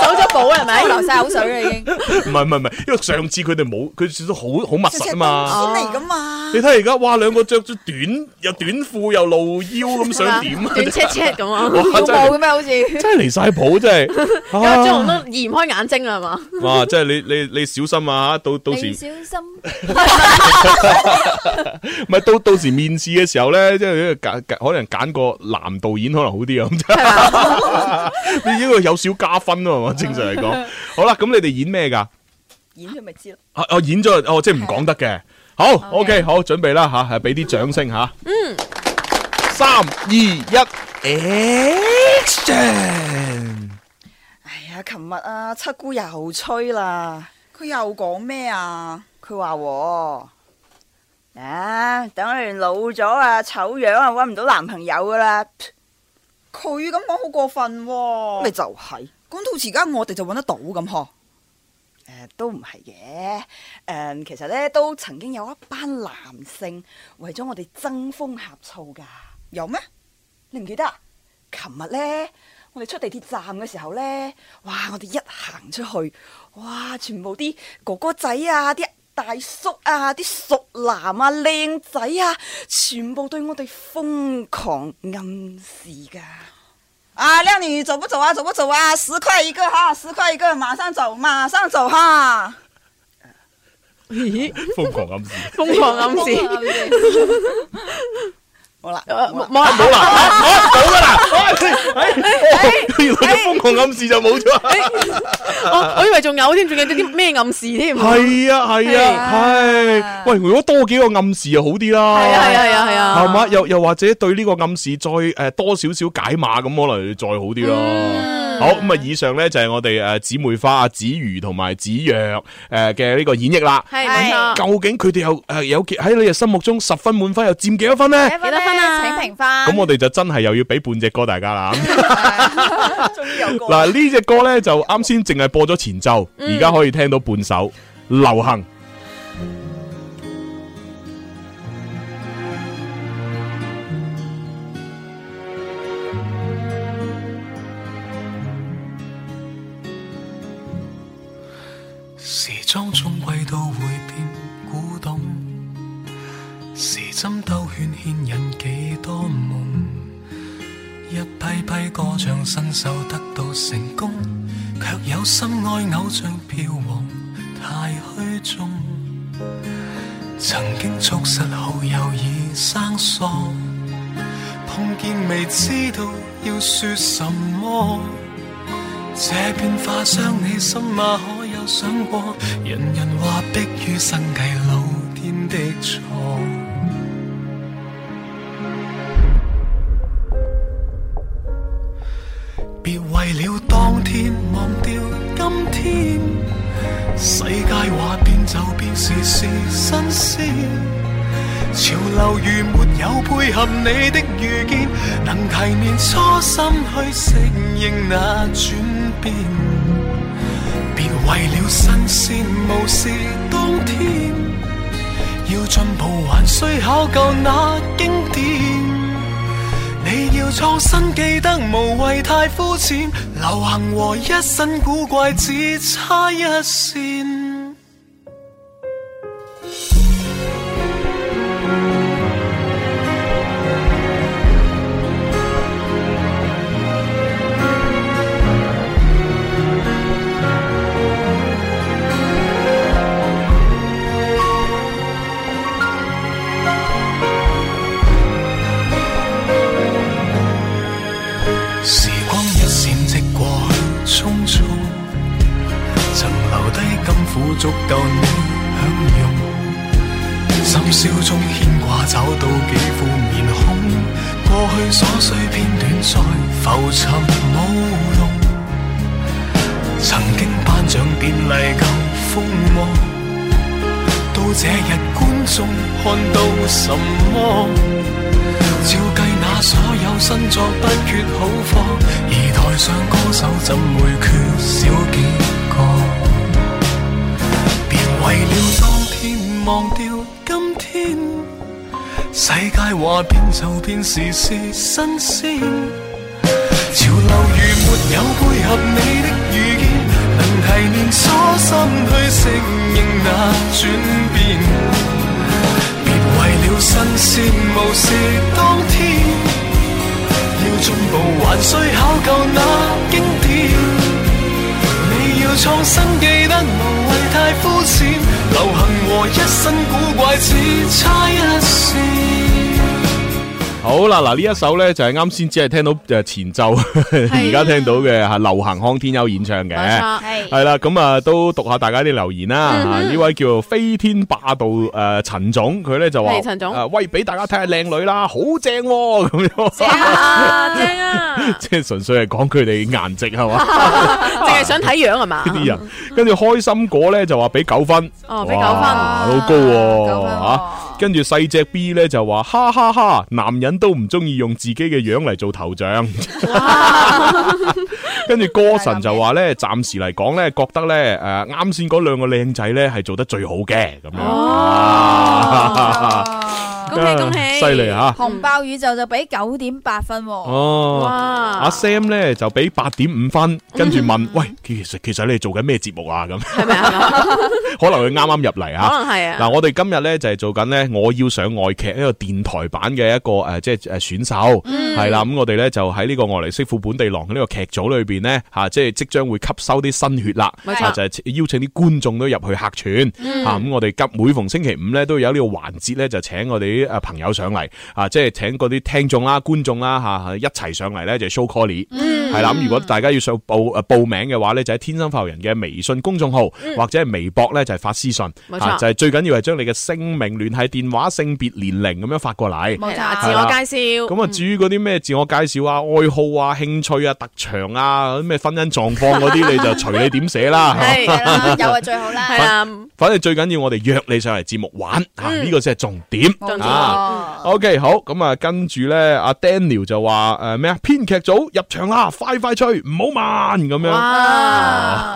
走咗寶係咪？
流晒口水啦已經。
[LAUGHS] 唔係唔係唔係，因為上次佢哋冇，佢着得好好 [LAUGHS] 密實啊嘛。
嚟噶嘛？
你睇而家，哇，兩個着咗短又短褲又露腰咁，想點啊？
短車車咁啊，
[LAUGHS] 哇真
跳舞嘅
係
咩？好似
真係離
[LAUGHS]
晒譜，真係。
因為
啊
張紅都移唔開眼睛啦，啊係嘛？
哇！真係你你你小心啊！到啊到時
你小心。
[LAUGHS] 唔係到到時面試嘅時候咧，即係揀揀可能揀個男導演可能好啲啊咁。 [LAUGHS] 你呢個有少加分啊嘛？正常嚟 [LAUGHS] 講，好啦，咁你哋演咩㗎？
演咗咪知咯。
啊我演咗哦，即係唔講得嘅。好，OK，好，準備啦吓，係俾啲掌聲吓。
嗯，
三二一，Action！ [LAUGHS]
哎呀，琴日啊，七姑又吹啦，佢又講咩啊？佢話喎啊，等你老咗啊，醜樣啊，搵唔到男朋友噶啦。佢咁講好過分喎、咪就係講到而家我哋就搵得到咁嗬。誒都唔係嘅，誒、其實咧都曾經有一班男性為咗我哋爭風呷醋㗎，有咩？你唔記得啊？琴日咧，我哋出地鐵站嘅時候咧，哇！我哋一行出去，哇！全部啲哥哥仔啊，啲大叔啊，啲熟男啊，靚仔啊，全部對我哋瘋狂暗示㗎。
啊，靓女走不走啊？走不走啊？十块一个哈，十块一个，马上走，马上走哈！
咦， [LAUGHS]
疯狂暗示，
瘋狂暗示
瘋狂暗示
好
[LAUGHS]
啦，
啊冇哎
啦，啊冇啦，啊冇
[LAUGHS]
噶啦，原來啲瘋狂暗示就冇咗。哎
哎我我以為仲有添，仲有啲咩暗示添？
係啊係啊係，喂，如果多幾個暗示就好啲啦。
係啊係啊係啊係啊
係嘛？又又或者對呢個暗示再诶多少少解碼咁，可能再好啲咯。
嗯
好咁啊！以上咧就係我哋诶姊妹花啊、子瑜同埋子若诶嘅呢個演繹啦。
係冇錯
究竟佢哋又诶有幾喺你嘅心目中十分滿分又佔幾多分呢？
幾多分啊？請評分。
咁我哋就真係又要俾半隻歌大
[LAUGHS]
家啦。
有
嗱呢只歌咧就啱先淨係播咗前奏，
嗯
而家可以聽到半首流行。
時裝中季度會變古董，時針兜圈牽引幾多夢，一批批歌唱新手得到成功，卻有心愛偶像票王太虛中，曾經促實好友已生疏，碰見未知道要說什麼。這片花香，你心馬可有想過？人人話迫於生計，老天的錯。別為了當天忘掉今天，世界話變就變，時時新鮮。潮流如沒有配合你的遇見，能提煉初心去適應那轉變。別為了新鮮無視當天，要進步還需考究那經典。你要創新，記得無謂太膚淺，流行和一身古怪只差一線。時光一閃即過去，匆匆，曾留低甘苦足夠你享用。深宵中牽掛找到幾副面孔，過去瑣碎片段再浮沉冇用。曾經頒獎典禮夠風芒，到這日觀眾看到什麼？照計那所有新作不缺好貨，而台上歌手怎會缺少幾個？別為了當天忘掉今天，世界話變就變，時事新鮮。潮流如沒有配合你的預見，能提煉初心去適應那轉變。別為了新鮮無視當天，要進步還需考究那經典。你要創新，記得無謂太膚淺，流行和一身古怪只差一線。
好啦，嗱呢一首咧就係啱先只係聽到诶前奏，而家聽到嘅係流行康天庥演唱嘅，
啊冇錯係
係啦，咁啊都讀下大家啲留言啦。
嗯
啊呢位叫飛天霸道诶陳總，佢咧就話
係陳總
啊喂俾大家睇下靚女啦，好正喎咁樣，
啊，正啊，
[LAUGHS] 即係純粹係講佢哋顏值係嘛。
[LAUGHS] 淨係想睇樣係
[LAUGHS]
嘛？
呢啲人，哎跟住開心果咧就話俾九分，
哦俾九分
哇好高喎嚇。跟住細只 B 咧就話哈哈哈，男人都唔中意用自己嘅樣嚟做頭像。 [LAUGHS] 跟住歌神就話咧，暫時嚟講咧，覺得咧誒啱 [LAUGHS] 先嗰兩個靚仔咧係做得最好嘅咁樣。
恭喜
[LAUGHS]
恭喜，
嗯犀利啊吓
紅爆宇宙就俾九點八分喎，
哦，
哇
阿 Sam 咧就俾八點五分，跟住
嗯
問：喂，其實其實你哋做緊咩節目啊？咁係咪 [LAUGHS] 可能佢啱啱入嚟啊，
可能係啊
嗱，我哋今日咧就係做緊咧，我要上外劇一個電台版嘅一個誒，即係誒選秀，
嗯
係啦。咁我哋咧就喺呢個外嚟媳婦本地郎嘅呢個劇組裏邊咧嚇，即係即將會吸收啲新血啦。
冇錯
啊就係邀請啲觀眾都入去客串
嗯
嚇。啊咁我哋急每逢星期五咧都有呢個環節咧，就請我哋啲誒朋友上嚟啊，即係請嗰啲聽眾啦、觀眾啦嚇啊一齊上嚟咧就係 show call 你。
嗯
係啦。咁如果大家要上報啊誒報名嘅話咧，就喺天生發育人嘅微信公眾號
嗯
或者係微博咧就係發私信，
冇錯
啊就係最緊要係將你嘅姓名、聯繫電話、性別、年齡咁樣發過嚟。
冇錯
係啦
自我介紹嗯
咁啊，至於嗰啲咩自我介紹啊、愛好啊、興趣啊、特長啊、咩婚姻狀況
[LAUGHS]
嗰啲，你就隨你點寫啦。 [LAUGHS]
[LAUGHS] 係啦，有啊最好啦，
係啦反正最緊要我哋約你上嚟節目玩啊，
嗯
呢個先係重點
冇錯
啊。OK，好咁啊，跟住咧，阿 Daniel 就話誒咩啊，編劇組入場啦，快快脆，唔好慢咁樣。
哇，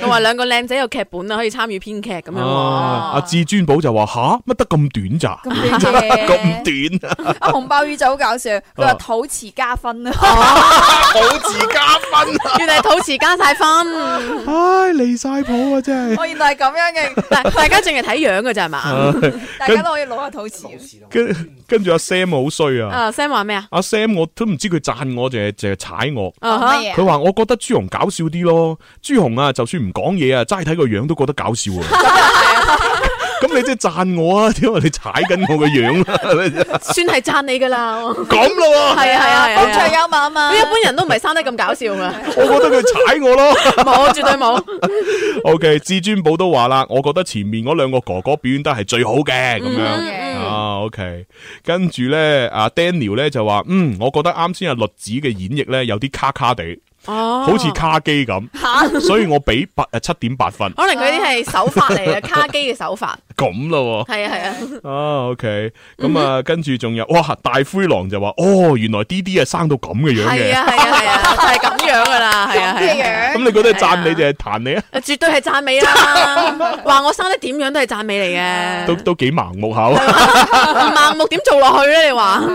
同埋兩個靚仔有劇本啊，可以參與編劇咁樣喎。
[LAUGHS] 啊！阿至尊寶就話吓乜得咁短咋？
咁短嘅
[LAUGHS] 咁短
阿啊紅爆宇宙好搞笑，佢話
哦
肚詞加分啊，
[LAUGHS] 肚詞加分，
哦
啊
[LAUGHS] 原來肚詞加晒分。
唉，離晒譜啊！真
我原來係咁樣嘅，
大大家淨係睇樣嘅咋係嘛？
大家都可以攞下肚詞。
啊跟跟住阿 Sam 好衰啊！
啊，Sam 話咩啊？
阿 Sam 我都唔知佢讚我定係淨係踩我。
啊哈乜嘢啊
佢話我覺得朱紅搞笑啲咯，朱紅啊，就算唔講嘢啊，齋睇個樣都覺得搞笑
[LAUGHS]
啊。 [LAUGHS] 咁你即係讚我啊，因為你踩緊我個樣啊
[LAUGHS]
啦。
算係讚你噶啦。
咁咯喎
係啊係啊係啊，
風趣幽默啊嘛
佢一般人都唔係生得咁搞笑噶。
[LAUGHS] 我覺得佢踩我
[LAUGHS]
咯，[LAUGHS]
冇，絕對冇。
O K，至尊寶都話啦，我覺得前面嗰兩個哥哥表演得係最好嘅
嗯
咁樣啊。O K，跟住咧，阿 Daniel 咧就話，嗯，我覺得啱先阿栗子嘅演繹咧有啲卡卡地，
哦
好似卡機咁，
[LAUGHS] 嚇啊
所以我俾八誒七點八分，
可能佢啲係手法嚟嘅， [LAUGHS] 卡機嘅手法。
咁咯喎。
係嗯啊係啊，
啊，OK，咁啊，跟住仲有，哇，大灰狼就話，哦，原來 D D 係生到咁嘅樣
係啊
嘅，
係啊係啊，就係咁樣噶啦，係啊係啊。
咁你覺得係讚你定係彈你啊？
絕對係讚美 [LAUGHS] 啦！話我生得點樣都係啊讚美嚟 [LAUGHS] 嘅，
都都幾盲目下喎。
唔盲目點做落去咧？你話
[LAUGHS]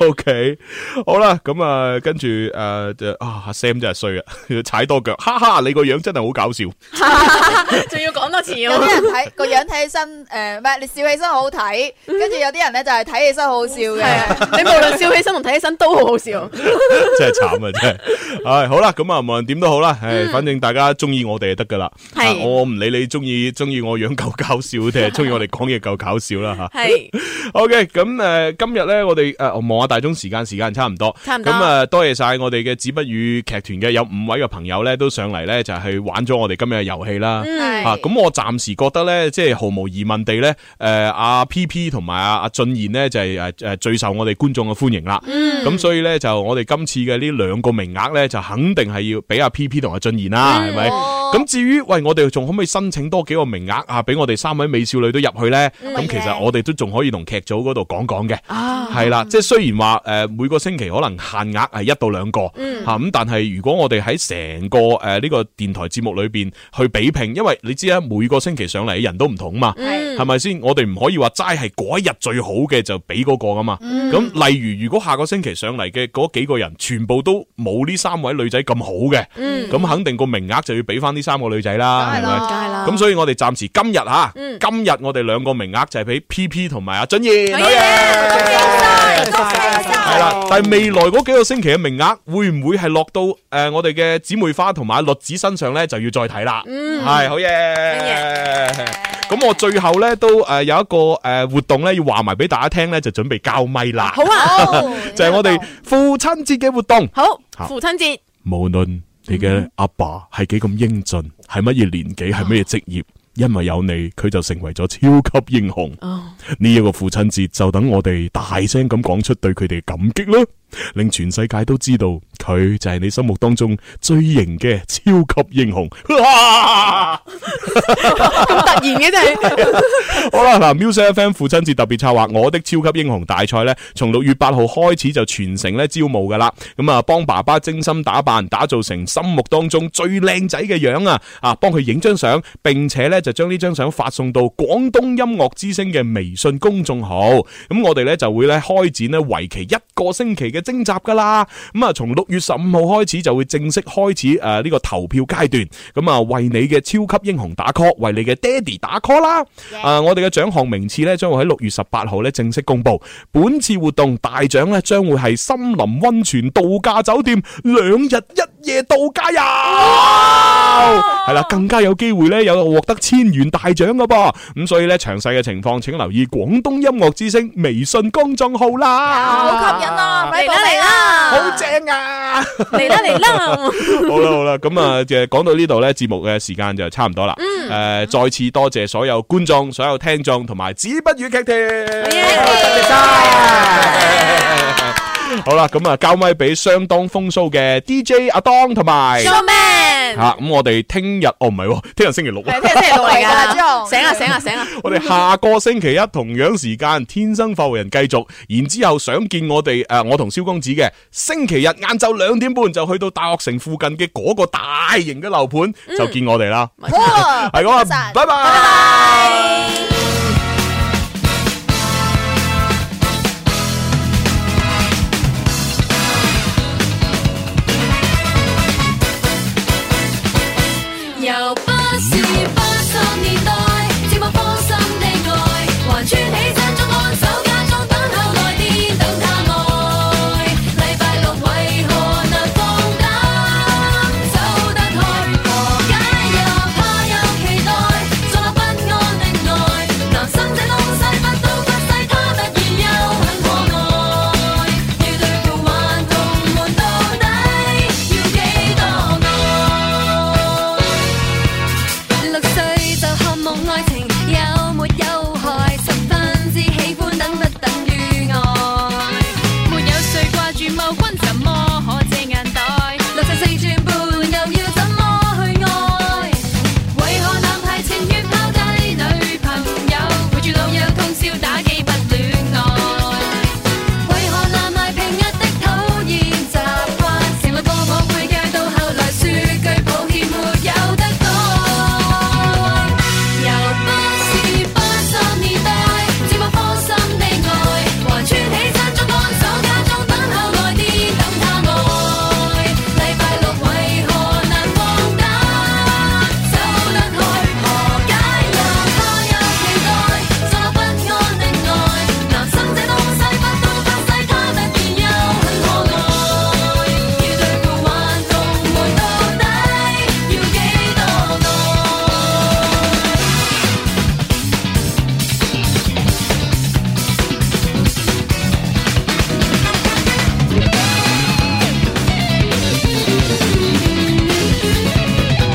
O K，好啦，咁啊，跟住诶就啊阿，Sam 真系衰啊， [LAUGHS] 踩多腳，哈哈，你個樣真係好搞笑，
[LAUGHS] 仲要講多次
有啲人睇個樣睇起身，誒唔係你笑起身好好睇，跟住有啲人咧就係睇起身好好笑嘅。
嗯啊你無論笑起身同睇起身都好好笑。
[LAUGHS] 真係慘啊，真係。唉，好啦，咁啊，無論點都好啦，唉，反正大家中意我哋就得噶啦，
嗯係
啊我唔理你中意中意我樣夠搞笑定係中意我哋講嘢夠搞笑啦
[LAUGHS]
吓。
係
O K，咁诶，今日咧我哋诶呃哦望下大鐘時間，時間差唔多，
差唔多
咁啊，多謝晒我哋嘅子不語劇團嘅有五位嘅朋友咧，都上嚟咧就係玩咗我哋今日嘅遊戲啦。
嗯
啊咁我暫時覺得咧，即係毫無疑問地咧，诶，阿 P P 同埋阿阿俊賢咧就係诶诶最受我哋觀眾嘅歡迎啦。
嗯
咁所以咧就我哋今次嘅呢兩個名額咧，就肯定係要俾阿 P P 同阿俊賢啦，嗯哦係咪？咁至於喂，我哋仲可唔可以申請多幾個名額啊？俾我哋三位美少女都入去咧？
嗯
咁其實我哋都仲可以同劇組嗰度講講嘅，
啊
係啦，即係雖然話誒每個星期可能限額係一到兩個
嗯
嚇咁，但係如果我哋喺成個誒呢個電台節目裏邊去比拼，因為你知啦，啊每個星期上嚟嘅人都唔同嘛，
嗯
係咪先？我哋唔可以話齋係嗰一日最好嘅就俾嗰個噶嘛。
嗯
咁例如如果下個星期上嚟嘅嗰幾個人全部都冇呢三位女仔咁好嘅，
嗯
咁肯定個名額就要俾翻呢三個女仔啦，係咪？
梗係啦
咁所以我哋暫時今日吓，
嗯
今日我哋兩個名額就係俾 P P 同埋阿俊燕，
好嘢
係
恭喜晒
啦。但係未來嗰幾個星期嘅名額會唔會係落到诶我哋嘅姊妹花同埋阿栗子身上咧，就要再睇啦。
嗯
係好嘢。咁我最後咧都诶有一個诶活動咧要話埋俾大家聽咧，就準備交咪啦。
好啊，
就係我哋父親節嘅活動。
好
嚇
父親節，
无论你嘅阿爸系几咁英俊，系乜嘢年纪，系乜嘢职业，因为有你，佢就成为咗超级
哦
英雄。呢一个父亲节就等我哋大声咁讲出对佢哋嘅感激啦。令全世界都知道佢就係你心目當中最型嘅超級英雄。
咁突然嘅真係。
好啦，嗱，Music FM 父親節特別策劃《我的超級英雄大賽》咧，從六月八號開始就全城咧招募噶啦。咁啊，幫爸爸精心打扮，打造成心目當中最靚仔嘅樣啊！啊，幫佢影張相，並且咧就將呢張相發送到廣東音樂之聲嘅微信公眾號。咁我哋咧就會咧開展咧為期一個星期嘅徵集噶啦。咁啊，從六月十五號開始就會正式開始誒呢個投票階段。咁啊，為你嘅超級英雄打 call，為你嘅爹哋打 call 啦。啊，我哋嘅獎項名次咧，將會喺六月十八號咧正式公布。本次活動大獎咧，將會係森林温泉度假酒店兩日一夜度假遊，係啦，更加有機會咧有獲得千元大獎噶噃。咁所以咧，詳細嘅情況請留意廣東音樂之聲微信公眾號啦。
[LAUGHS] 好吸引啊！快
嚟
報
啦
名
嚟
啦，
啦
好
正啊！
嚟啦嚟啦！
[LAUGHS] 好啦好啦，咁啊，誒講到呢度咧，節目嘅時間就差唔多啦。誒、再次多謝所有觀眾、所有聽眾同埋紙筆語劇團。好啦，咁啊，交咪俾相當風騷嘅 DJ 阿當同埋
Showman
吓，咁我哋聽日哦唔係喎，聽日星期六啊。
[LAUGHS]
聽日落嚟
係啊
㗎
朱紅
醒啊醒啊醒啊！
我哋下個星期一同樣時間，天生發福人繼續，然之後想見我哋誒、呃我同蕭公子嘅星期日晏晝兩點半就去到大學城附近嘅嗰個大型嘅樓盤、就見我哋啦。係咁啊，拜拜。
由不是八十年代，節目芳心的愛，還穿起山中安守家中等候來電等他愛。禮拜六為何能放膽走得開？何解又怕又期待，坐落不安的愛，男生這東西不東不西，他突然又很可愛。要對付還同門到底，要幾多愛？六歲就渴望愛情有沒有害，十分之喜歡等不等於愛。沒有誰掛住某君，怎麼可遮眼袋？六十四轉半又要怎麼去愛？為何男孩情願拋低女朋友，陪住老友通宵打機不戀愛？為何男孩平日的討厭習慣，成為過往配腳，到後來說句抱歉沒有得改？又不是八十年代，只望芳心的愛，還穿起山中安守家中等候來電等他愛。禮拜六為何難放膽走得開？何解又怕又期待，坐不安的愛，男生這東西不東不西，他突然又很可愛。要對付還同門到底，要幾多愛？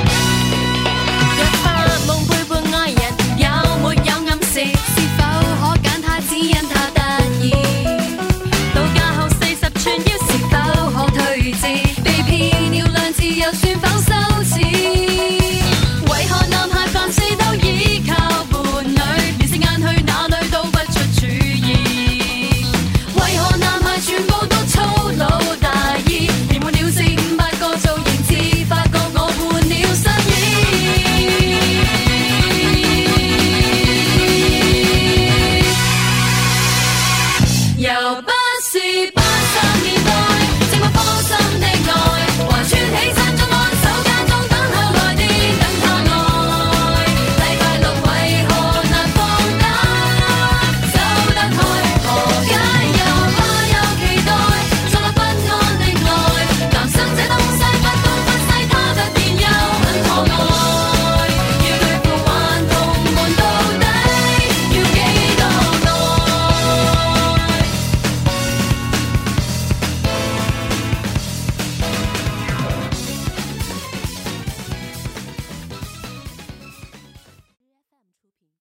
若發夢背叛愛人，有沒有暗示？是否可揀他，只因他得意？到家後四十寸腰，是否可退置？被騙了兩次，又算否羞恥？為何男孩凡事都依靠伴侶，連食晏去哪裏都不出主意？為何男孩全部都粗魯大意？填滿了四五百個造型，至發覺我換了新衣。又不是八十年代，寂寞芳心的愛，還穿起。